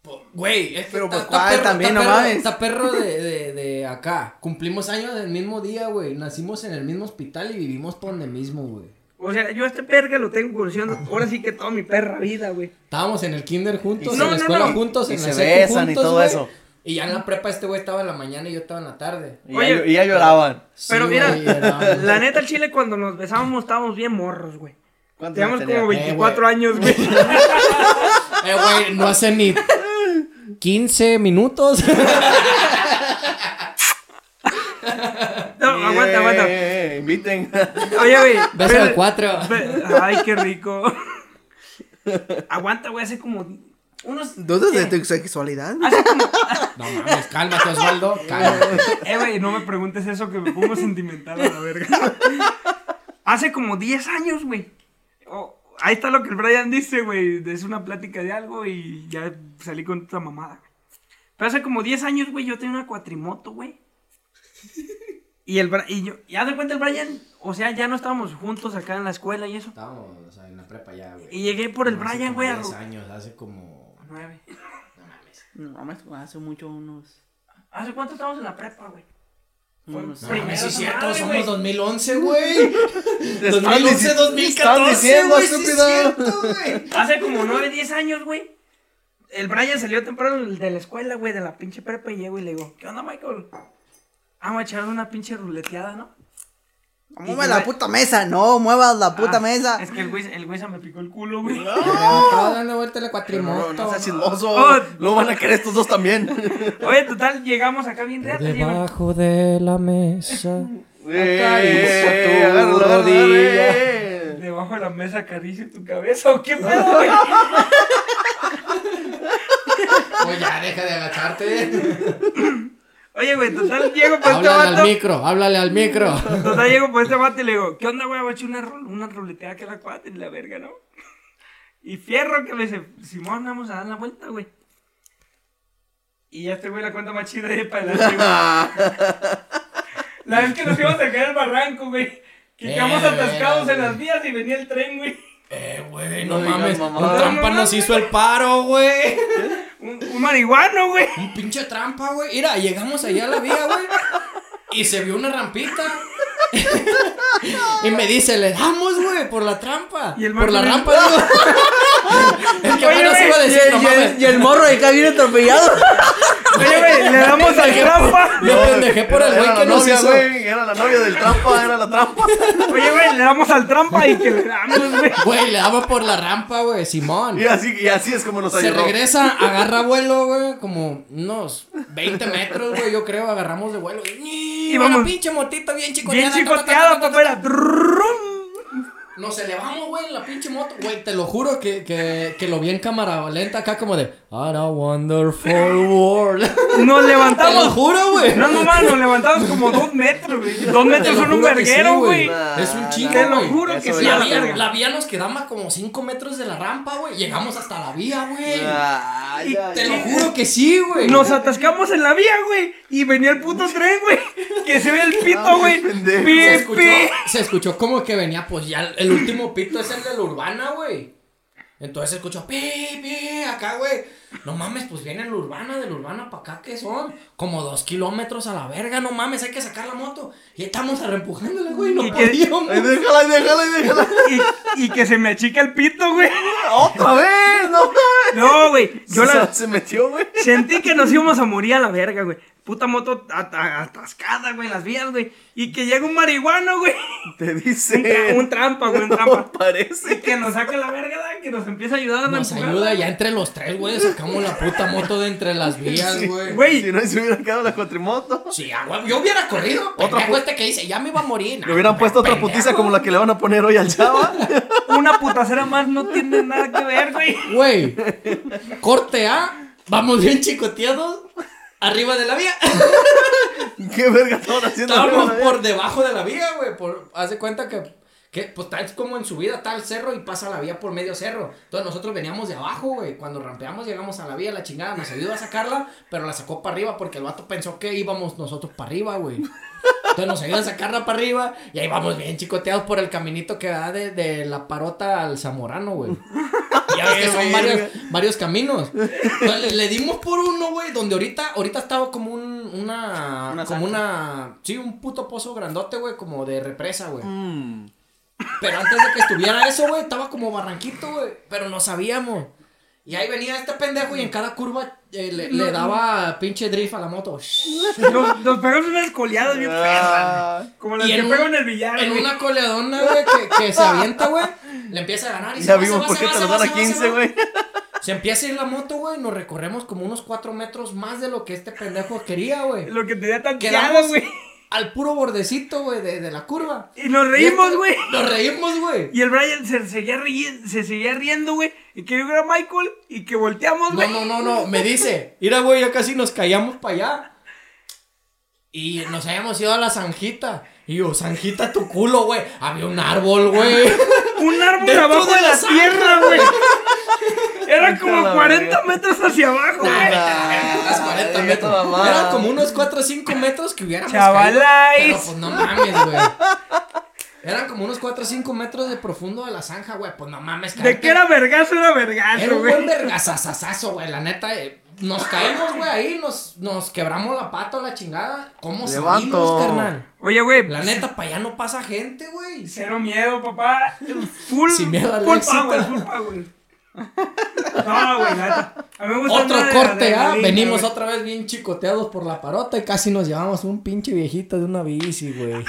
S1: Po- Güey, es que
S3: Pero,
S1: ta-
S3: pues,
S1: ta
S3: ¿cuál?
S1: perro- ta
S3: También, no
S1: perro-
S3: mames.
S1: ta perro de, de, de acá. Cumplimos años del mismo día, güey. Nacimos en el mismo hospital y vivimos por donde mismo, güey.
S5: O sea, yo a este perga lo tengo conociendo ahora sí que toda mi perra vida, güey.
S1: Estábamos en el kinder juntos,
S5: Y- No,
S1: en la
S5: no,
S1: escuela
S5: no.
S1: juntos,
S2: Y
S1: en la
S2: se
S1: secu
S2: besan y
S1: juntos,
S2: todo
S1: güey.
S2: eso.
S1: Y ya en la prepa este güey estaba en la mañana y yo estaba en la tarde.
S2: Y ya-
S5: Oye.
S2: y ya lloraban.
S5: Pero
S1: Sí,
S5: mira,
S1: güey, era-
S5: la neta, al chile, cuando nos besábamos estábamos bien morros, güey.
S2: ¿Cuántos
S5: Teníamos
S2: años tenía?
S5: como 24 años, güey.
S1: Eh, güey, no hace ni 15 minutos.
S5: No, no, aguanta, aguanta.
S2: Eh, eh, eh, inviten.
S5: Oye, güey.
S7: Beso
S5: pero-
S7: de cuatro.
S5: pe- Ay, qué rico. Aguanta, güey, hace como unos...
S3: ¿Dudas de
S5: ¿qué?
S3: tu sexualidad?
S5: Hace como...
S1: No mames, cálmate, Osvaldo. Cálmate.
S5: Eh, güey, no me preguntes eso que me pongo sentimental a la verga. Hace como 10 años, güey. Oh, ahí está lo que el Brian dice, güey. Es una plática de algo y ya salí con otra mamada. güey. Pero hace como 10 años, güey, yo tenía una cuatrimoto, güey. Y el Bra- y yo, ya de cuenta el Brian, o sea, ya no estábamos juntos acá en la escuela y eso.
S1: Estábamos o sea, en la prepa ya, güey.
S5: Y llegué por el
S1: Hace
S5: Brian,
S1: como
S5: güey, a
S1: 10
S5: ro-
S1: años, hace como.
S5: Nueve.
S1: No mames.
S3: No mames, hace mucho unos.
S5: ¿Hace cuánto estábamos en la prepa, güey? Fue
S3: No sé.
S1: No
S5: primero
S1: mames, sí es
S5: esa
S1: cierto,
S5: madre,
S1: somos
S5: güey.
S1: 2011, güey.
S2: Te están
S1: 2011,
S2: dici-
S1: 2014.
S2: están diciendo,
S1: güey, sí es
S2: estúpido.
S1: cierto, güey.
S5: Hace como 9, 10 años, güey. El Brian salió temprano de la escuela, güey, de la pinche prepa y llego y le digo, ¿qué onda, Michael? Vamos a echar una pinche ruleteada, ¿no?
S3: Mueve la puta mesa, no muevas la puta
S5: Ah,
S3: mesa.
S5: Es que el güey, el güey se me picó el culo, güey.
S1: Estaba dando vuelta la
S2: No, no
S1: cuatrimoto.
S2: seas chismoso.
S5: Oh.
S2: Lo van a querer estos dos también.
S5: Oye, total, llegamos acá bien reatas. llego-
S7: Debajo de la mesa.
S2: Eh,
S7: tu
S2: agárralo, agárralo,
S7: rodilla.
S2: eh.
S5: Debajo de la mesa acaricio tu cabeza, ¿o qué pedo, güey?
S1: Pues ya, deja de agacharte.
S5: Oye, güey, total, llego por este
S1: háblale al
S5: vato.
S1: micro, háblale al micro.
S5: Total, llego por este vato y le digo, ¿qué onda, güey? Voy a echar una, rul- una ruleteada que la cuate en la verga, ¿no? Y fierro que me dice, Simón, vamos a dar la vuelta, güey. Y ya este güey la cuenta más chida de ahí para adelante, güey. La vez que nos íbamos a caer al barranco, güey. Que
S1: Eh,
S5: quedamos atascados
S1: güey.
S5: en las vías y venía el tren, güey.
S1: Eh, güey, no,
S2: No digas
S1: mames.
S2: mamadas.
S1: Un trampa
S5: No
S1: nos hizo el paro, güey.
S5: Un, un marihuano, güey.
S1: Un pinche trampa, güey. Mira, llegamos allá a la vía, güey. Y se vio una rampita. y me dice, le damos, güey, por la trampa.
S5: Y el
S1: por la
S5: Marco-
S1: rampa, digo. es que
S5: Oye,
S1: apenas
S5: güey,
S1: iba a
S3: Y
S1: decir,
S3: el,
S1: no
S3: y el-
S1: mames.
S3: y el morro de acá viene atropellado.
S5: Oye, güey, le damos al trampa.
S1: Me pendejé por el
S2: Era
S1: güey
S2: la
S1: que nos
S2: novia,
S1: hizo.
S2: güey, Era la novia del trampa, era la trampa.
S5: Oye, güey, le damos al trampa y que le damos, güey.
S1: Güey, le daba por la rampa, güey, Simón.
S2: Y así, y así es como nos
S1: Se
S2: ayudó.
S1: regresa, agarra vuelo, güey, como unos 20 metros, güey, yo creo, agarramos de vuelo. Y
S5: vamos.
S1: vamos. pinche motita bien chicoteada.
S5: Bien chicoteada, papá, era.
S1: Nos elevamos, güey, en la pinche moto. Güey, te lo juro que, que, que lo vi en cámara lenta acá como de... What a wonderful world.
S5: Nos
S1: te lo
S5: levantamos.
S1: juro, güey.
S5: No, no, man, nos levantamos como dos metros, güey. Dos
S1: Te
S5: metros
S1: lo
S5: son un
S1: juro que sí,
S5: verguero, güey.
S2: Nah,
S1: Es un chingo,
S5: Te lo
S1: güey.
S5: juro que
S2: Eso
S5: sí,
S2: es.
S1: La
S5: a la
S1: vía,
S5: verga.
S1: la vía nos quedaba como 5 metros de la rampa, güey. Llegamos hasta la vía, güey.
S2: Ay,
S5: Y
S2: ay,
S1: Te lo
S2: ay.
S1: juro que sí, güey.
S5: Nos atascamos en la vía, güey. Y venía el puto tren, güey. Que se ve el
S2: Ah,
S5: pito, güey.
S2: pendejo.
S5: Pi,
S1: se escuchó,
S5: pi.
S1: se escuchó como que venía, pues ya el último pito es el de la urbana, güey. Entonces se escuchó, pi, pi, acá, güey. No mames, pues viene la urbana, de la urbana para acá, que son como dos kilómetros a la verga, no mames, hay que sacar la moto. Y estamos arrempujándola, güey, no
S5: ¿Y qué-
S1: podíamos.
S2: Ay, déjala, ay, déjala, ay, déjala.
S5: Y, y que se me achica el pito, güey.
S2: Otra vez, no.
S5: No, güey. Yo la
S2: Se metió, güey.
S5: sentí que nos íbamos a morir a la verga, güey. Puta moto ata- atascada, güey, en las vías, güey. Y que llega un marihuano, güey.
S2: Te
S5: Un, tra-
S2: dice.
S5: un trampa, güey, un
S2: No
S5: trampa. Y
S2: parece.
S5: que nos saca la verga, güey, que nos empieza a ayudar. a
S1: Nos
S5: empujar.
S1: ayuda ya entre los tres, güey, sacamos la puta moto de entre las vías, güey.
S5: Güey.
S2: Si no se hubiera quedado la cuatrimoto.
S1: Sí, ah, güey, yo hubiera corrido.
S2: Otra
S1: Otra
S2: pu-
S1: este que dice, ya me iba a morir.
S2: Le hubieran puesto otra putiza como la que le van a poner hoy al chava.
S5: Una putacera más no tiene nada que ver, güey.
S1: Güey, corte A, vamos bien chicoteados, arriba de la vía.
S2: ¿Qué verga estaban haciendo?
S1: Estábamos
S2: arriba de la
S1: por debajo de la vía, güey. Por, haz de cuenta que, que pues tal como en subida está el cerro y pasa la vía por medio cerro. Entonces nosotros veníamos de abajo, güey. Cuando rampeamos llegamos a la vía, la chingada nos ayudó a sacarla, pero la sacó para arriba porque el vato pensó que íbamos nosotros para arriba, güey. Entonces nos ayudan a sacarla para arriba y ahí vamos bien chicoteados por el caminito que da de, de la parota al zamorano, güey. Ya ves que son varios, varios caminos. Entonces, le dimos por uno, güey, donde ahorita, ahorita estaba como un, una,
S3: Una zanja.
S1: como una, sí, un puto pozo grandote, güey, como de represa, güey.
S2: Mm.
S1: Pero antes de que estuviera eso, güey, estaba como barranquito, güey, pero no sabíamos. Y ahí venía este pendejo y en cada curva eh, le, le daba pinche drift a la moto.
S5: Nos, nos pegamos unas coleadas bien
S2: Ah.
S5: perras, güey. Como las
S1: Y
S5: que
S1: en un-
S5: pego en el billar,
S1: En
S5: güey.
S1: una coleadona, güey, que, que se avienta, güey, le empieza a ganar. Y se
S2: Ya
S1: va, se
S2: vimos
S1: va,
S2: por
S1: se
S2: qué
S1: va,
S2: te
S1: se
S2: lo
S1: va,
S2: dan
S1: se
S2: a
S1: va, se
S2: 15,
S1: va.
S2: güey.
S1: Se empieza a ir la moto, güey, nos recorremos como unos cuatro metros más de lo que este pendejo quería, güey.
S5: Lo que tenía tanteado,
S1: Quedamos
S5: güey.
S1: al puro bordecito, güey, de, de la curva.
S5: Y nos reímos,
S1: Y-
S5: güey.
S1: Nos reímos, güey.
S5: Y el Brian se seguía, riendo, se seguía riendo, güey. Y que yo era Michael y que volteamos,
S1: No,
S5: güey.
S1: no, no, no. Me dice, mira, güey, ya casi nos callamos para allá. Y nos habíamos ido a la zanjita. Y yo, zanjita tu culo, güey. Había un árbol, güey.
S5: Un árbol
S1: Dentro
S5: abajo
S1: de
S5: de
S1: la
S5: la,
S1: zanja,
S5: tierra, güey. Era como
S2: la
S5: 40 metros hacia abajo, güey.
S1: Unas 40
S2: Ay,
S1: metros.
S2: esta mamada.
S1: Eran como unos 4 o 5 metros que hubiéramos
S5: Chavalais.
S1: caído, pero pues no mames, güey. Eran como unos 4 o 5 metros de profundo de la zanja, güey. Pues no mames,
S5: De
S1: caerte-
S5: que era vergazo, era
S1: Era
S5: vergazo,
S1: un
S5: güey.
S1: buen vergazazazazo, güey. La neta, eh, nos caímos, güey, ahí. Nos, nos quebramos la pata o la chingada. ¿Cómo
S2: Levanto.
S1: salimos, carnal?
S5: Oye, güey. pues,
S1: La neta, para allá no pasa gente, güey.
S5: Cero miedo, papá. Full,
S1: Sin miedo al
S5: full
S1: éxito.
S5: power, full power. No, güey, neta. A mí me gusta
S1: Otro
S5: andar pues, de
S1: corte, ¿ah?
S5: adrenalina,
S1: Venimos
S5: güey.
S1: otra vez bien chicoteados por la parota y casi nos llevamos un pinche viejito de una bici, güey.
S5: Oye,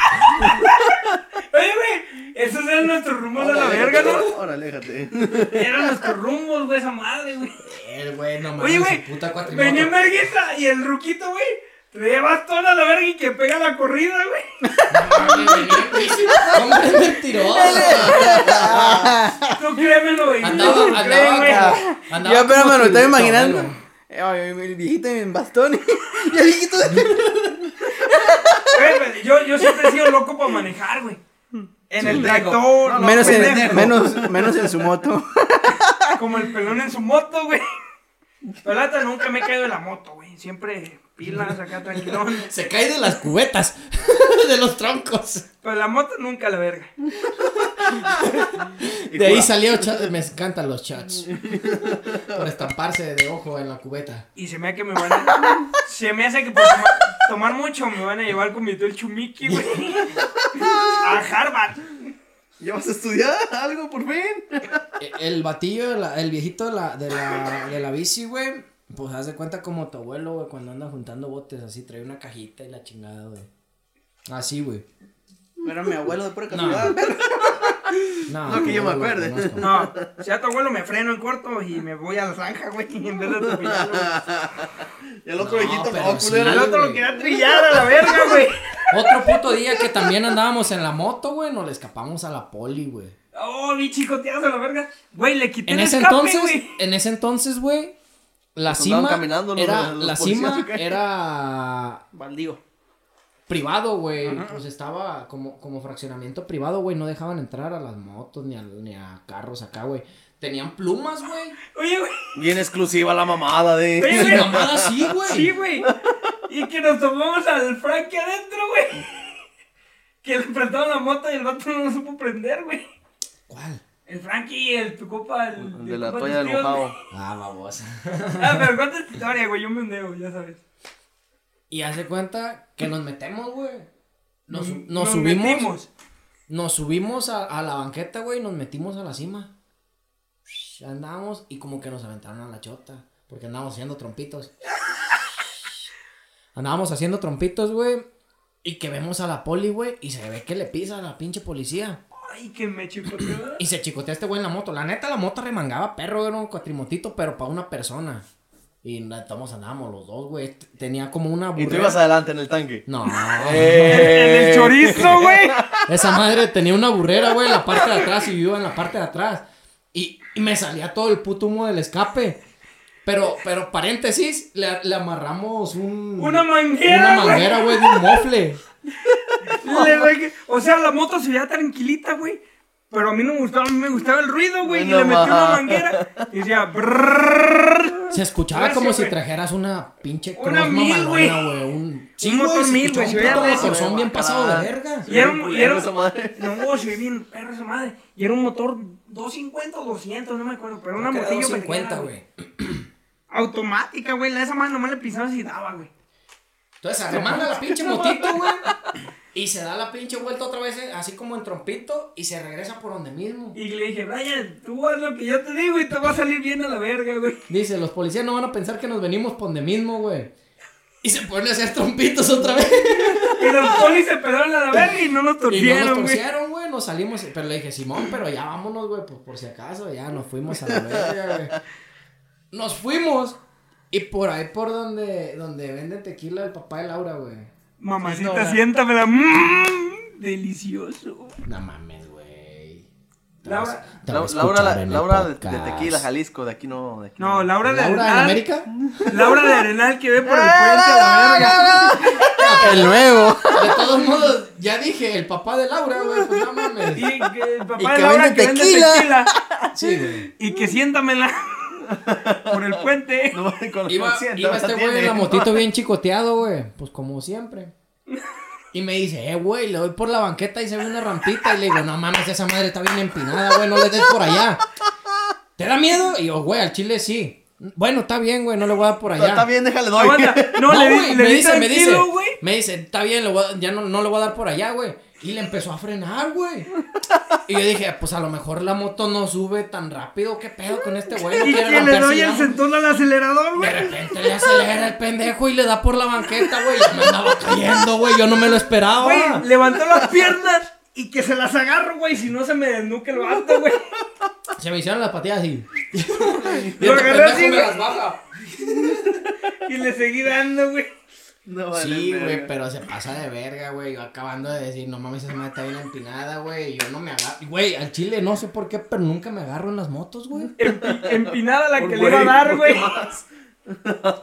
S5: güey, esos eran nuestros rumbos a la verga, ¿no?
S2: Ahora, aléjate.
S5: Eran nuestros rumbos, güey, esa madre, güey.
S1: El güey, no mames,
S5: Oye,
S1: su
S5: güey,
S1: puta cuatrimoto.
S5: venía en vergüenza y el ruquito, güey, traía bastón a la verga y que pega la corrida, güey.
S1: Hombre mentiroso.
S5: Tú créemelo, güey.
S1: Andaba,
S5: Tú
S1: andaba,
S5: créeme.
S1: como- andaba
S3: Yo, pero
S1: como
S3: me lo estaba
S1: tu
S3: imaginando.
S1: abuelo.
S3: Eh, ay, el viejito en bastón. y el viejito.
S5: Güey, pues, Yo, yo siempre he sido loco para manejar, güey. En el tractor, no,
S3: menos,
S5: pendejo.
S3: en, menos, menos en su moto.
S5: como el pelón en su moto, güey. Pero la neta, nunca me he caído de la moto, güey. Siempre pilas acá tranquilón.
S1: Se cae de las cubetas, de los troncos.
S5: Pero la moto nunca la verga.
S1: De ahí salió, cha- me encantan los chats. Por estamparse de ojo en la cubeta.
S5: Y se me hace que me van a... Se me hace que por toma- tomar mucho me van a llevar con mi tío el Chumiki, güey. A Harvard.
S2: ¿Ya vas a estudiar algo por fin?
S1: E- El batillo, de la- el viejito de la, de la, de la bici, güey. Pues haz de cuenta como tu abuelo, güey, cuando anda juntando botes así, trae una cajita y la chingada, güey. Así, güey.
S3: Era mi abuelo de pura
S1: casualidad. No,
S2: No, que yo me
S1: lo
S2: acuerde.
S1: conozco.
S5: No, si a tu abuelo me freno en corto y me voy a la zanja, güey, en vez de atropellarlo.
S2: Y el otro
S1: No,
S2: viejito,
S1: pero
S2: no,
S1: sí.
S2: culero.
S5: El otro lo quería trillar a la verga, güey.
S1: Otro puto día que también andábamos en la moto, güey, nos le escapamos a la poli, güey.
S5: Oh, mi chicoteazo a la verga. Güey, le quité
S1: En
S5: el
S1: ese
S5: escape,
S1: entonces,
S5: güey.
S1: en ese entonces, güey, la
S2: Andaban
S1: cima
S2: caminando los-
S1: era
S2: los
S1: la
S2: policías,
S1: cima
S2: ¿o qué?
S1: era
S2: Baldío.
S1: privado, güey. Pues estaba como, como fraccionamiento privado, güey. No dejaban entrar a las motos ni a, ni a carros acá, güey. Tenían plumas, güey.
S5: Oye, güey.
S2: Bien exclusiva la mamada de.
S5: Oye,
S1: Y
S5: güey.
S1: mamada sí, güey.
S5: Sí, güey. Y que nos tomamos al Frankie adentro, güey. Que le prestaron la moto y el vato no lo supo prender, güey.
S1: ¿Cuál?
S5: El Frankie, el tu copa, el,
S2: De
S5: el
S2: la
S5: compa
S2: toalla del
S5: tío, güey.
S2: mojado.
S1: Ah, babosa.
S5: Ah, pero cuenta tu historia, güey. Yo me hundeo, ya sabes.
S1: Y hace cuenta que nos metemos, güey. Nos, nos, subimos.
S5: subimos.
S1: Nos subimos a, a la banqueta, güey, y nos metimos a la cima. Shhh, Andábamos y como que nos aventaron a la chota, porque andábamos haciendo trompitos. Andábamos haciendo trompitos, güey, y que vemos a la poli, güey, y se ve que le pisa a la pinche policía.
S5: Ay, que me chicoteó.
S1: Y se chicotea este güey en la moto. La neta, la moto remangaba perro, era un cuatrimotito, pero para una persona. Y na- todos andábamos los dos, güey. T- Tenía como una
S2: Y tú
S1: burrera.
S2: ibas Eh, adelante en el tanque.
S1: No,
S5: En el chorizo, güey.
S1: Esa madre tenía una burrera, güey, en la parte de atrás y yo iba en la parte de atrás. Y, y me salía todo el puto humo del escape. Pero, pero paréntesis, le, le amarramos un...
S5: Una
S1: una
S5: manguera, güey.
S1: manguera, güey, de un mofle.
S5: Le ve- O sea, la moto se veía tranquilita, güey. Pero a mí no me gustaba, a mí me gustaba el ruido,
S2: Bueno,
S5: güey. y le metí una
S2: ma.
S5: manguera y decía, brrrr.
S1: Se escuchaba
S5: Ahora sí,
S1: como si
S5: güey.
S1: trajeras una pinche
S5: Una
S1: cross
S5: mil,
S1: mamalona,
S5: güey.
S1: güey. Un, sí,
S5: Un
S1: güey,
S5: motor
S1: se
S5: mil,
S1: escuchaba
S5: güey, se
S1: Un
S5: veía
S1: puto
S5: de-
S1: motorzón bien pasado de verga.
S5: Y era un. Y era,
S2: Esa madre.
S5: no, se ve bien perro esa madre. Y era un motor 250 o 200, no me acuerdo. Pero una
S1: Creo que era
S5: motillo
S1: 250,
S5: pequeña,
S1: güey.
S5: Automática, güey. la- Esa madre nomás le pisaba y daba, güey.
S1: Entonces arremanga la pinche motito, güey. Y se da la pinche vuelta otra vez, eh, así como en trompito, y se regresa por donde mismo.
S5: Y le dije, Brian, tú haz lo que yo te digo y te va a salir bien a la verga, güey.
S1: Dice, los policías no van a pensar que nos venimos por donde mismo, güey. Y se ponen a hacer trompitos otra vez.
S5: Y los polis se pegaron a la verga y no
S1: Y no
S5: nos
S1: nos
S5: torcieron, güey.
S1: torcieron, güey. Nos salimos. Pero le dije, Simón, pero ya vámonos, güey. Pues por si acaso, ya nos fuimos a la verga, güey. Nos fuimos. Y por ahí por donde, donde vende tequila el papá de Laura, güey.
S5: Mamacita,
S1: Siéntamela.
S5: siéntamela. Mm, delicioso.
S1: No mames, güey. Te
S5: Laura-
S1: vas- te
S2: La-
S1: vas a
S2: Laura,
S1: escuchar
S2: la-
S1: en el
S2: Laura de, de
S1: podcast.
S2: Tequila, Jalisco, de aquí no. De aquí
S5: No, Laura de
S1: ¿Laura en
S5: Arenal.
S1: América?
S5: Laura de Arenal que ve por el puente a la verga.
S3: El nuevo.
S1: De todos modos, ya dije, el papá de Laura, güey, pues no mames.
S5: Y que el papá
S3: Y
S5: de
S3: que
S5: Laura
S3: vende
S5: que vende
S3: tequila.
S5: tequila.
S1: Sí, güey.
S5: Y que siéntamela por el puente.
S2: No, con
S1: Iba,
S2: consciente,
S1: iba
S2: no ¿eh?
S1: este güey
S2: tiene,
S1: en la
S2: ¿no?
S1: motito bien chicoteado, güey. Pues como siempre. Y me dice, eh, güey, le doy por la banqueta y se ve una rampita. Y le digo, no mames, esa madre está bien empinada, güey, no le des por allá. ¿Te da miedo? Y yo, güey, al chile sí. Bueno, está bien, güey, no le voy a dar por allá.
S2: Está bien, déjale, doy.
S5: Aguanta.
S1: No,
S5: No, le, di-
S1: güey,
S5: le
S1: me
S5: di
S1: dice, me dice,
S5: tranquilo, güey.
S1: me dice, está bien, le voy a- ya no, no le voy a dar por allá, güey. Y le empezó a frenar, güey. Y yo dije, pues a lo mejor la moto no sube tan rápido, ¿qué pedo con este güey? No
S5: Y
S1: quiere
S5: que le
S1: romper
S5: doy el
S1: sillón.
S5: sentón al acelerador,
S1: De
S5: güey.
S1: repente le acelera el pendejo y le da por la banqueta, güey. Yo me andaba cayendo, güey, yo no me lo esperaba.
S5: Güey, levantó las piernas y que se las agarro, güey. Si no se me desnuque el vato, güey.
S1: Se me hicieron las patillas así. Y
S5: Lo
S1: este pendejo
S5: agarré así,
S1: me
S5: güey.
S1: las baja.
S5: Y le seguí dando, güey.
S2: No, vale,
S1: Sí, güey,
S2: verga.
S1: pero se pasa de verga, güey. Yo acabando de decir, no mames, esa madre está bien empinada, güey. Yo no me agarro. Güey, al chile no sé por qué, pero nunca me agarro en las motos, güey.
S5: Empi- empinada la que
S2: Güey,
S5: le iba a dar,
S2: ¿por
S5: güey.
S2: qué más?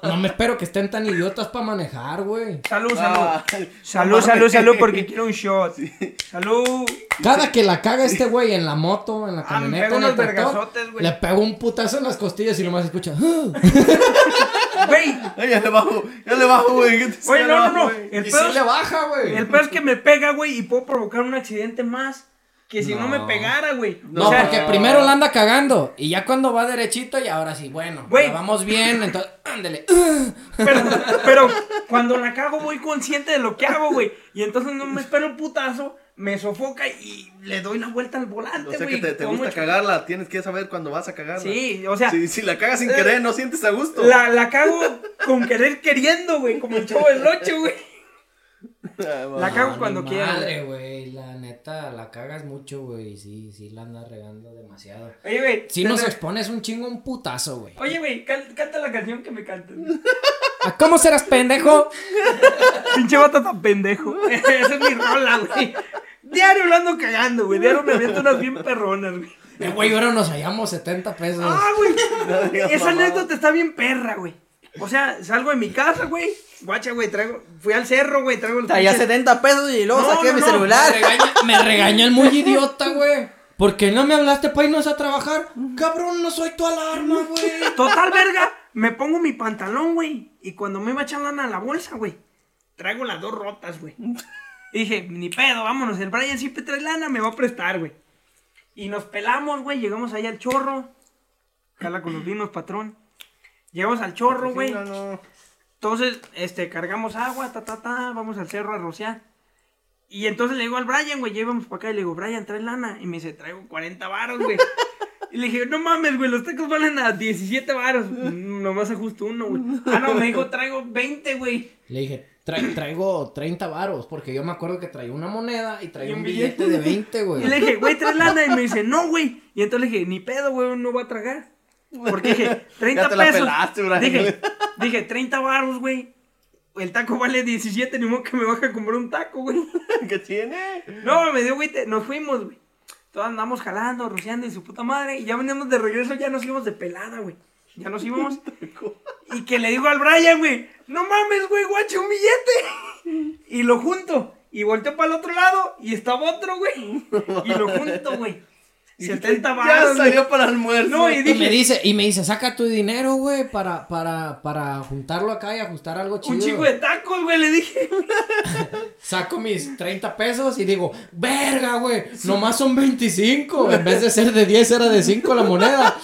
S1: No me espero que estén tan idiotas para manejar, güey.
S5: Salud, salud.
S2: Ah,
S5: Salud,
S2: no
S5: salud,
S2: mames.
S5: salud, porque quiero un shot. Salud.
S1: Cada que la caga este güey en la moto, en la
S5: Ah, me
S1: camioneta,
S5: pego
S1: en el
S5: unos
S1: tractor,
S5: vergazotes, güey.
S1: le pego un putazo en las costillas y nomás escucha. "Ah".
S5: Güey,
S2: Ay, ya le bajo, ya le bajo, güey. ¿qué te-
S5: Güey,
S2: ya
S5: no,
S2: le
S5: no,
S2: bajo,
S5: no.
S2: güey?
S5: El
S1: Y
S5: pedo,
S1: sí le baja, güey.
S5: el pedo es que me pega, güey, y puedo provocar un accidente más. Que si no, me
S1: No.
S5: pegara, güey.
S1: No,
S5: o sea,
S1: porque primero la anda cagando. Y ya cuando va derechito, y ahora sí, bueno,
S5: Güey.
S1: la vamos bien, entonces, ándele.
S5: Pero, pero cuando la cago voy consciente de lo que hago, güey. Y entonces no me espero el putazo, me sofoca y le doy una vuelta al
S2: O
S5: volante,
S2: sea
S5: güey.
S2: que te, te
S5: Como
S2: gusta
S5: ch-
S2: cagarla, tienes que saber cuándo vas a cagarla.
S5: Sí, o sea, eh,
S2: si, si la cagas sin querer, no sientes a gusto.
S5: la, la cago con querer queriendo, güey. Como el chavo del ocho, güey.
S2: Ah, va.
S5: La cago
S1: No,
S5: cuando
S1: ni
S5: quiero.
S1: Madre,
S5: güey.
S1: güey, la neta, la cagas mucho, güey. Sí, sí, la andas regando demasiado.
S5: Oye, güey.
S1: Si
S5: te-
S1: nos
S5: te-
S1: expones un chingo, un putazo, güey.
S5: Oye, güey, cal- canta la canción que me cantas.
S1: ¿A cómo serás pendejo?
S5: Pinche vato tan pendejo. Esa es mi rola, güey. Diario lo ando cagando, güey. Diario me aviento unas bien perronas, güey.
S1: Eh, güey, ahora nos hallamos 70 pesos.
S5: Ah, güey.
S2: digas
S5: Esa
S2: mamadas.
S5: anécdota está bien perra, güey. O sea, salgo de mi casa, güey. Guacha, güey, traigo. Fui al cerro, güey, traigo el
S3: Traía 70 pesos y luego
S5: No,
S3: saqué
S5: no,
S3: mi
S5: no,
S1: me,
S3: celular.
S1: regaña, me regaña el muy idiota, güey. ¿Por qué no me hablaste para irnos a trabajar? Cabrón, no soy tu alarma, güey.
S5: Total, verga. Me pongo mi pantalón, güey. Y cuando me iba a echar lana a la bolsa, güey. Traigo las dos rotas, güey. Y Dije, ni pedo, vámonos. El Brian siempre trae lana, me va a prestar, güey. Y nos pelamos, güey. Llegamos ahí al chorro. Jala con los vinos, patrón. Llegamos al chorro, güey.
S2: No, no.
S5: Entonces, este, cargamos agua, ta, ta, ta, vamos al cerro a rociar. Y entonces le digo al Brian, güey, ya íbamos para acá y le digo, Brian, trae lana. Y me dice, traigo 40 varos, güey. Y le dije, no mames, güey, los tacos valen a 17 varos. Mm, Nomás ajusto uno, güey. Ah, no, me dijo, traigo 20, güey.
S1: Le dije, "Tra- traigo 30 varos, porque yo me acuerdo que traía una moneda y
S5: Y
S1: traía
S5: un
S1: un billete de
S5: billete.
S1: 20, güey.
S5: Y le dije, güey, trae lana. Y me dice, no, güey. Y entonces le dije, ni pedo, güey, no va a tragar. Porque dije, 30
S2: Ya te la
S5: pesos.
S2: pelaste, Brian.
S5: dije, dije, 30 baros, güey. El taco vale 17, ni modo que me baje a comprar un taco, güey.
S2: ¿Qué tiene?
S5: No, me dio güey, te- nos fuimos, güey. Todos andamos jalando, rociando y su puta madre. Y ya veníamos de regreso, ya nos íbamos de pelada, güey. Ya nos íbamos. Y que le digo al Brian, güey, no mames, güey, guacho, un billete. Y lo junto. Y volteo para el otro lado y estaba otro, güey. Y lo junto, güey. 70
S2: Ya
S5: baros.
S2: salió para el almuerzo.
S5: No, y
S1: Y me
S5: dije,
S1: dice, y me dice, saca tu dinero, güey, para, para, para juntarlo acá y ajustar algo chido.
S5: un chico de tacos, güey, le dije.
S1: Saco mis 30 pesos y digo, verga, güey, nomás son 25. En vez de ser de 10, era de 5 la moneda.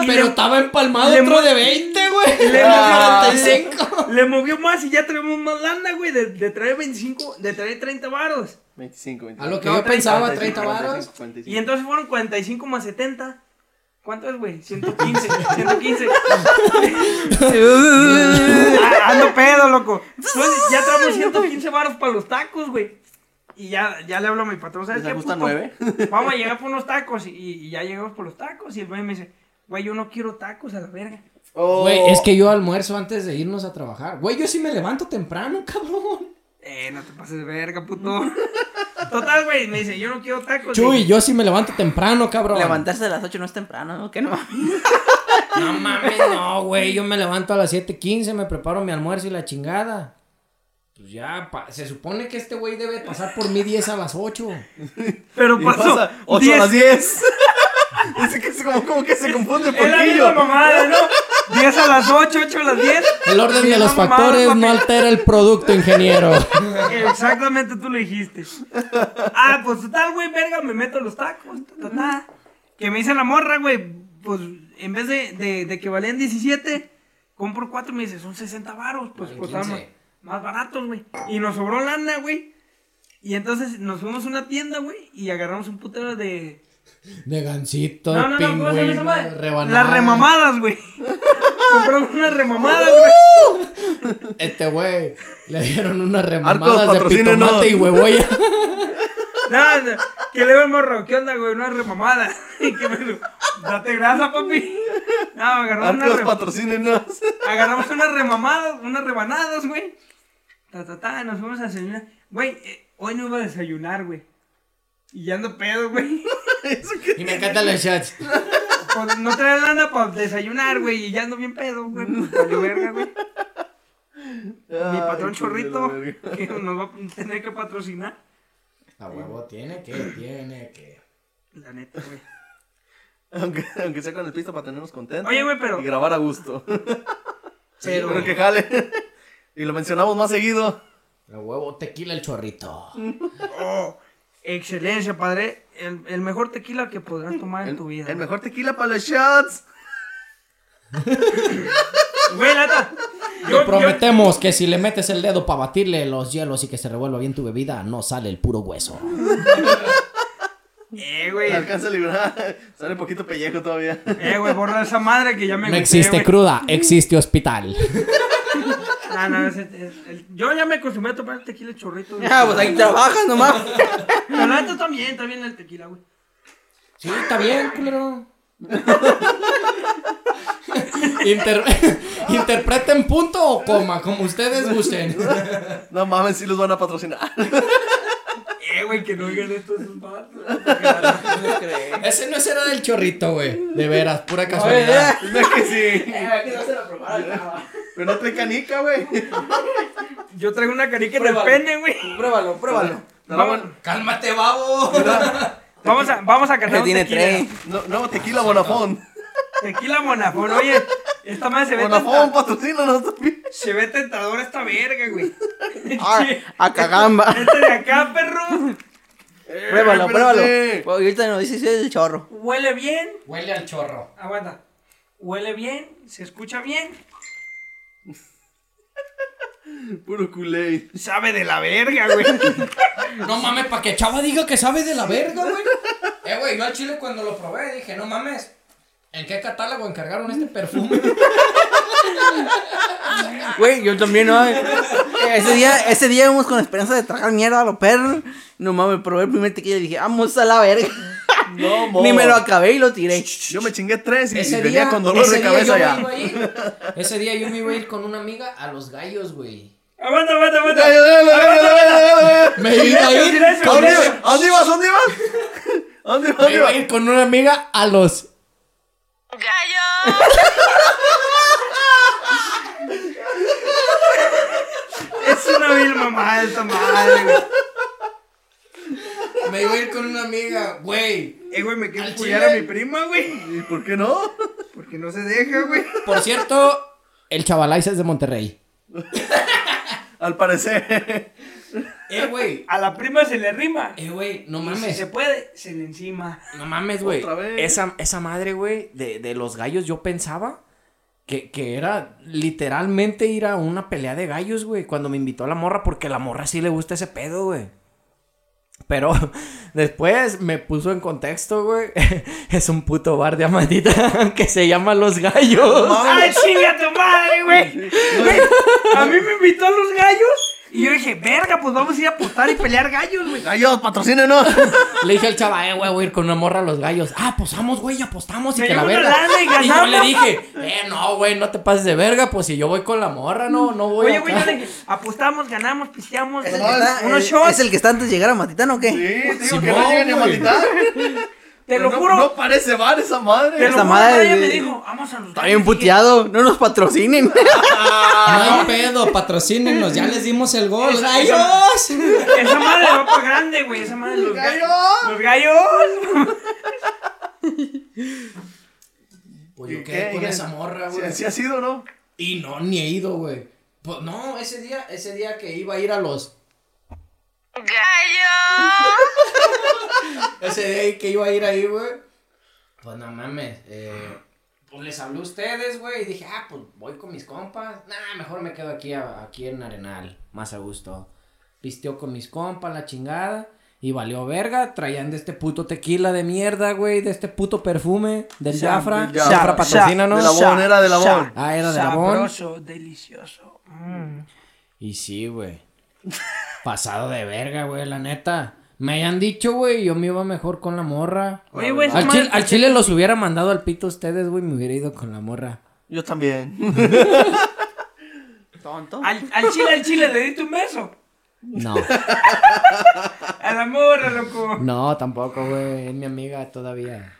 S5: Y
S1: Pero
S5: le-
S1: estaba empalmado
S5: le
S1: otro
S5: mo-
S1: de 20, güey.
S5: le
S1: Era
S5: movió-
S1: 35.
S5: Le movió más y ya traemos más lana, güey, de, de traer 25, de traer 30 baros.
S2: 25, 25.
S1: A lo que
S5: No,
S1: yo
S5: 30,
S1: pensaba, 30
S2: 45,
S1: varos.
S2: 45.
S5: Y entonces fueron 45 más 70. ¿Cuánto es, güey? 115, 115. Ah, Ando pedo, loco. Entonces ya traemos 115 baros para los tacos, güey. Y ya, ya le hablo a mi patrón, ¿sabes
S2: ¿Les
S5: qué?
S2: gusta
S5: puto?
S2: nueve?
S5: Vamos a llegar por unos tacos. Y, y ya llegamos por los tacos. Y el güey me dice, güey, yo no quiero tacos a la verga.
S2: Oh.
S1: Güey, es que yo almuerzo antes de irnos a trabajar. Güey, yo sí me levanto temprano, cabrón.
S5: Eh, no te pases de verga, puto. Total, güey, me dice, yo no quiero tacos.
S1: Chuy,
S5: Pues Dije,
S1: yo sí me levanto temprano, cabrón.
S3: Levantarse a las 8 no es temprano, ¿no? ¿Qué no mames?
S1: No mames, no, güey. Yo me levanto a las 7:15, me preparo mi almuerzo y la chingada. Pues ya, pa- se supone que este güey debe pasar por mí 10 a las 8.
S5: Pero
S2: Y
S5: pasó
S2: pasa 8 a las 10. Dice que se, como, como que se confunde un
S5: Es la misma
S2: poquillo.
S5: mamada, ¿no? 10 a las 8, 8 a las 10.
S1: El orden de
S5: Misma
S1: los
S5: mamada,
S1: factores no
S5: papi.
S1: altera el producto, ingeniero.
S5: Exactamente tú lo dijiste. Ah, pues total, güey, verga, me meto a los tacos. ta, ta, ta. Que me dice la morra, güey, pues en vez de, de, de que valían 17, compro 4 me dice, son 60 varos, pues
S1: Valen
S5: costaban más,
S1: 15.
S5: más baratos, güey. Y nos sobró lana, güey. Y entonces nos fuimos a una tienda, güey, y agarramos un putero de...
S1: De gancito,
S5: No, no, no, ¿cómo se llama esa
S1: pingüino,
S5: madre?
S1: rebanada.
S5: Las remamadas, güey. Compramos unas remamadas, güey.
S1: Este güey le dieron unas
S2: Arcos,
S1: remamadas de
S2: patrocínenos.
S1: pitomate y huevoya.
S5: No, no, que le veo el morro, ¿qué onda, güey? Una remamada. Y que me lo, date grasa, papi. No, agarramos una
S2: Arcos,
S5: re-
S2: patrocínenos.
S5: agarramos unas remamadas, unas rebanadas, güey. Ta, ta, ta, nos fuimos a desayunar. Güey, eh, hoy no iba a desayunar, güey. Y ya ando pedo, güey.
S1: Y me encantan los shots.
S5: Pues, no traía lana para desayunar, güey. Y ya ando bien pedo, güey. Pues, valió verga, güey. Mi patrón chorrito, que nos va a tener que patrocinar.
S1: A huevo tiene que, tiene que.
S5: La neta, güey.
S2: Aunque, aunque sea con el pisto para tenernos contentos.
S5: Oye, güey, pero-
S2: Y grabar a gusto.
S5: Pero,
S2: Pero que jale. Y lo mencionamos más seguido.
S1: A huevo tequila el chorrito.
S5: Oh, excelencia, padre. El, el mejor tequila que podrás tomar Ah, en
S2: El,
S5: tu vida.
S2: el mejor tequila para los shots.
S5: Güey, lata.
S1: Te prometemos que si le metes el dedo para batirle los hielos y que se revuelva bien tu bebida, no sale el puro hueso.
S5: Eh,
S2: Me
S5: güey.
S2: alcanza a librar. Sale poquito pellejo todavía.
S5: Eh, güey, borra esa madre que ya me
S1: No
S5: agüité,
S1: existe
S5: güey.
S1: cruda, existe hospital.
S5: No, no, es- es- el- yo ya me acostumbré a tomar el tequila chorrito. güey.
S3: Ah, pues ahí trabajas nomás.
S5: Pero la neta también, también el tequila, güey.
S1: Sí, está bien, culero. Inter- Interpreten punto o coma, como ustedes gusten.
S2: No mames, sí los van a patrocinar.
S5: Eh, güey, que no oigan esto es un vato.
S1: Ese no es era del chorrito, güey. De veras, pura casualidad.
S2: No que sí.
S3: Eh,
S2: Pero no trae canica, güey.
S5: Yo traigo una carica en el pene, güey.
S3: Pruébalo, pruébalo.
S5: Vamos,
S1: Cálmate, babo.
S5: vamos a, vamos a catar
S3: Que
S5: un
S3: tiene
S5: tequila.
S3: tres.
S2: No, no tequila Bonafón.
S5: Tequila Monafón, oye. Esta madre se ve
S2: Bonafón,
S5: tenta-
S2: patrocínanos también.
S5: se ve tentadora esta verga, güey.
S3: Ah, a cagamba.
S5: Este de acá, perro.
S3: Pruébalo, pruébalo.
S2: espérate.
S3: Bueno, y ahorita nos dice si es el chorro.
S5: Huele bien.
S1: Huele al chorro.
S5: Aguanta. Huele bien, se escucha bien,
S2: Puro culé.
S5: sabe de la verga, güey.
S1: No mames, para que Chava diga que sabe de la verga, güey. Eh, güey, yo al chile cuando lo probé dije, no mames. ¿En qué catálogo encargaron este perfume?
S3: Güey, yo también, ¿no? Ese día, ese día íbamos con la esperanza de tragar mierda a los perros. No mames, probé el primer tequila y dije, vamos a la verga.
S2: No, mo.
S3: Ni me lo acabé y lo tiré.
S2: Yo me chingué tres y
S1: Ese
S2: venía
S1: día,
S2: con dolor
S1: ese
S2: de
S1: día
S2: cabeza
S1: yo
S2: ya.
S1: me iba a ir- ese día yo me iba a ir con una amiga a los gallos, güey.
S5: Aguanta, aguanta, aguanta.
S2: Dale, dale, dale, dale, dale.
S1: Me iba a ir
S2: ¿A dónde ibas? ¿A dónde ibas? ¿A dónde ibas? ¿A dónde ibas?
S1: me iba a ir con una amiga a los
S6: gallos,
S5: Es una vil mamá esta madre, güey.
S1: me iba a ir con una amiga, güey.
S5: Eh, güey, me quiero
S1: Al
S5: cuidar
S1: chile.
S5: a mi prima, güey.
S2: ¿Y por qué no?
S5: Porque no se deja, güey.
S1: Por cierto, el Chavalaiza es de Monterrey.
S2: Al parecer.
S1: Eh, güey.
S5: A la prima se le rima.
S1: Eh, güey, no
S5: Y si se
S1: mames.
S5: puede, se le encima.
S1: No mames, güey.
S2: Otra vez.
S1: Esa, esa madre, güey, de, de los gallos, yo pensaba que, que era literalmente ir a una pelea de gallos, güey. Cuando me invitó a la morra, porque a la morra sí le gusta ese pedo, güey. Pero después me puso en contexto, güey. Es un puto bar de Amadita que se llama Los Gallos.
S5: ¡Ay, chinga tu madre, güey! Güey, A mí me invitó a los gallos Y yo dije, verga, pues vamos a ir a apostar y pelear gallos, güey.
S2: Gallos, patrocínenos.
S1: Le dije al chava, eh, güey, voy a ir con una morra a los gallos. Ah, pues vamos, güey, apostamos y
S5: Me
S1: que la
S5: llevo una
S1: verga.
S5: lana y
S1: Y yo
S5: ganamos.
S1: le dije, eh, no, güey, no te pases de verga, pues si yo voy con la morra, no, no voy
S5: Oye,
S1: acá.
S5: güey, yo le dije, apostamos, ganamos, pisteamos,
S3: ¿Es el, que
S5: unos-
S3: está,
S5: unos
S3: eh,
S5: shots.
S3: ¿Es el que está antes de llegar a Matitán o qué?
S2: Sí, te digo que
S1: Simón,
S2: no llegan ni a
S1: güey.
S2: Matitán.
S5: Te lo
S2: No-
S5: juro,
S2: No parece bar esa
S5: te
S2: madre.
S5: lo
S3: esa
S5: juro,
S3: madre
S5: nadie
S3: de-
S5: me dijo, vamos a los
S3: Está bien
S5: gallos". Dije,
S3: puteado, no nos patrocinen.
S1: No hay pedo, patrocínenos, ya les dimos el gol.
S5: Esa-
S1: ¡Gallos!
S5: Esa madre va para grande, güey, esa madre los gallos. Los gallos.
S1: Pues yo
S2: ¿Y
S1: quedé
S2: qué?
S1: con
S2: ¿Y qué?
S1: esa morra,
S2: Sí,
S1: güey.
S2: Así ha sido, ¿no?
S1: Y no, ni he ido, güey. Pues no, ese día, ese día que iba a ir a los.
S6: gallo.
S1: Ese día que iba a ir ahí, güey. Pues no mames. eh, pues les hablé a ustedes, güey. Y dije, ah, pues voy con mis compas. Nah, mejor me quedo aquí, a- aquí en Arenal. Más a gusto. Pisteó con mis compas, la chingada. Y valió verga, traían de este puto tequila de mierda, güey, de este puto perfume, del Jafra.
S2: del Jafra.
S1: Jafra patrocina,
S2: De la Bon, era de la Bon.
S1: Ah, era de la Bon.
S5: Sabroso, delicioso.
S1: Y sí, güey. Pasado de verga, güey, la neta. Me hayan dicho, güey, yo me iba mejor con la morra.
S5: Oye, güey, esa
S1: Al,
S5: madre-
S1: chile, al chile los hubiera mandado al pito ustedes, güey, me hubiera ido con la morra.
S2: Yo también. Tonto.
S5: Al, al chile, al chile, le di un beso.
S1: No,
S5: Al amor, loco.
S1: no, tampoco, güey. Es mi amiga todavía.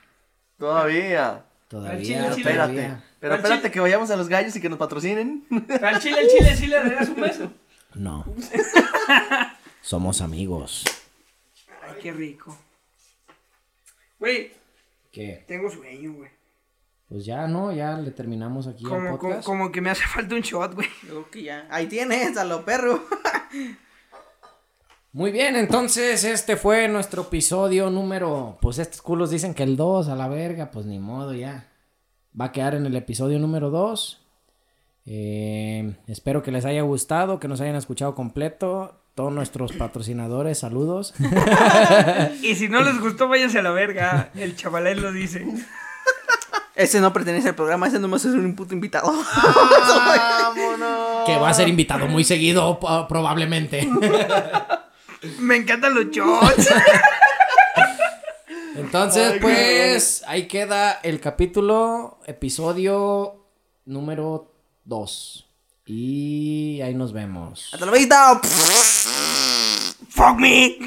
S2: Todavía.
S1: Todavía,
S5: chile, al chile.
S1: todavía.
S2: Espérate. Pero
S5: Al
S2: espérate
S5: chile.
S2: que vayamos a los gallos y que nos patrocinen.
S5: Al chile, al chile, sí le das un beso.
S1: No. Somos amigos.
S5: Ay, qué rico. Güey,
S1: ¿Qué?
S5: tengo sueño, güey.
S1: Pues ya, ¿no? Ya le terminamos aquí el
S5: Como, como,
S1: podcast.
S5: como que me hace falta un shot, güey.
S3: Ahí tienes, a los perros.
S1: Muy bien, entonces este fue nuestro episodio número. Pues estos culos dicen que el 2 a la verga, pues ni modo ya. Va a quedar en el episodio número 2. Eh, espero que les haya gustado, que nos hayan escuchado completo. Todos nuestros patrocinadores, saludos.
S5: Y si no les gustó, váyanse a la verga. El chavalé lo dice.
S3: Ese no pertenece al programa, ese nomás es un puto invitado.
S2: ¡Vámonos!
S1: que va a ser invitado muy seguido, po- probablemente.
S5: Me encantan los shots.
S1: Entonces, pues, ahí queda el capítulo, episodio número 2. Y ahí nos vemos.
S3: Hasta la vista.
S5: Fuck me.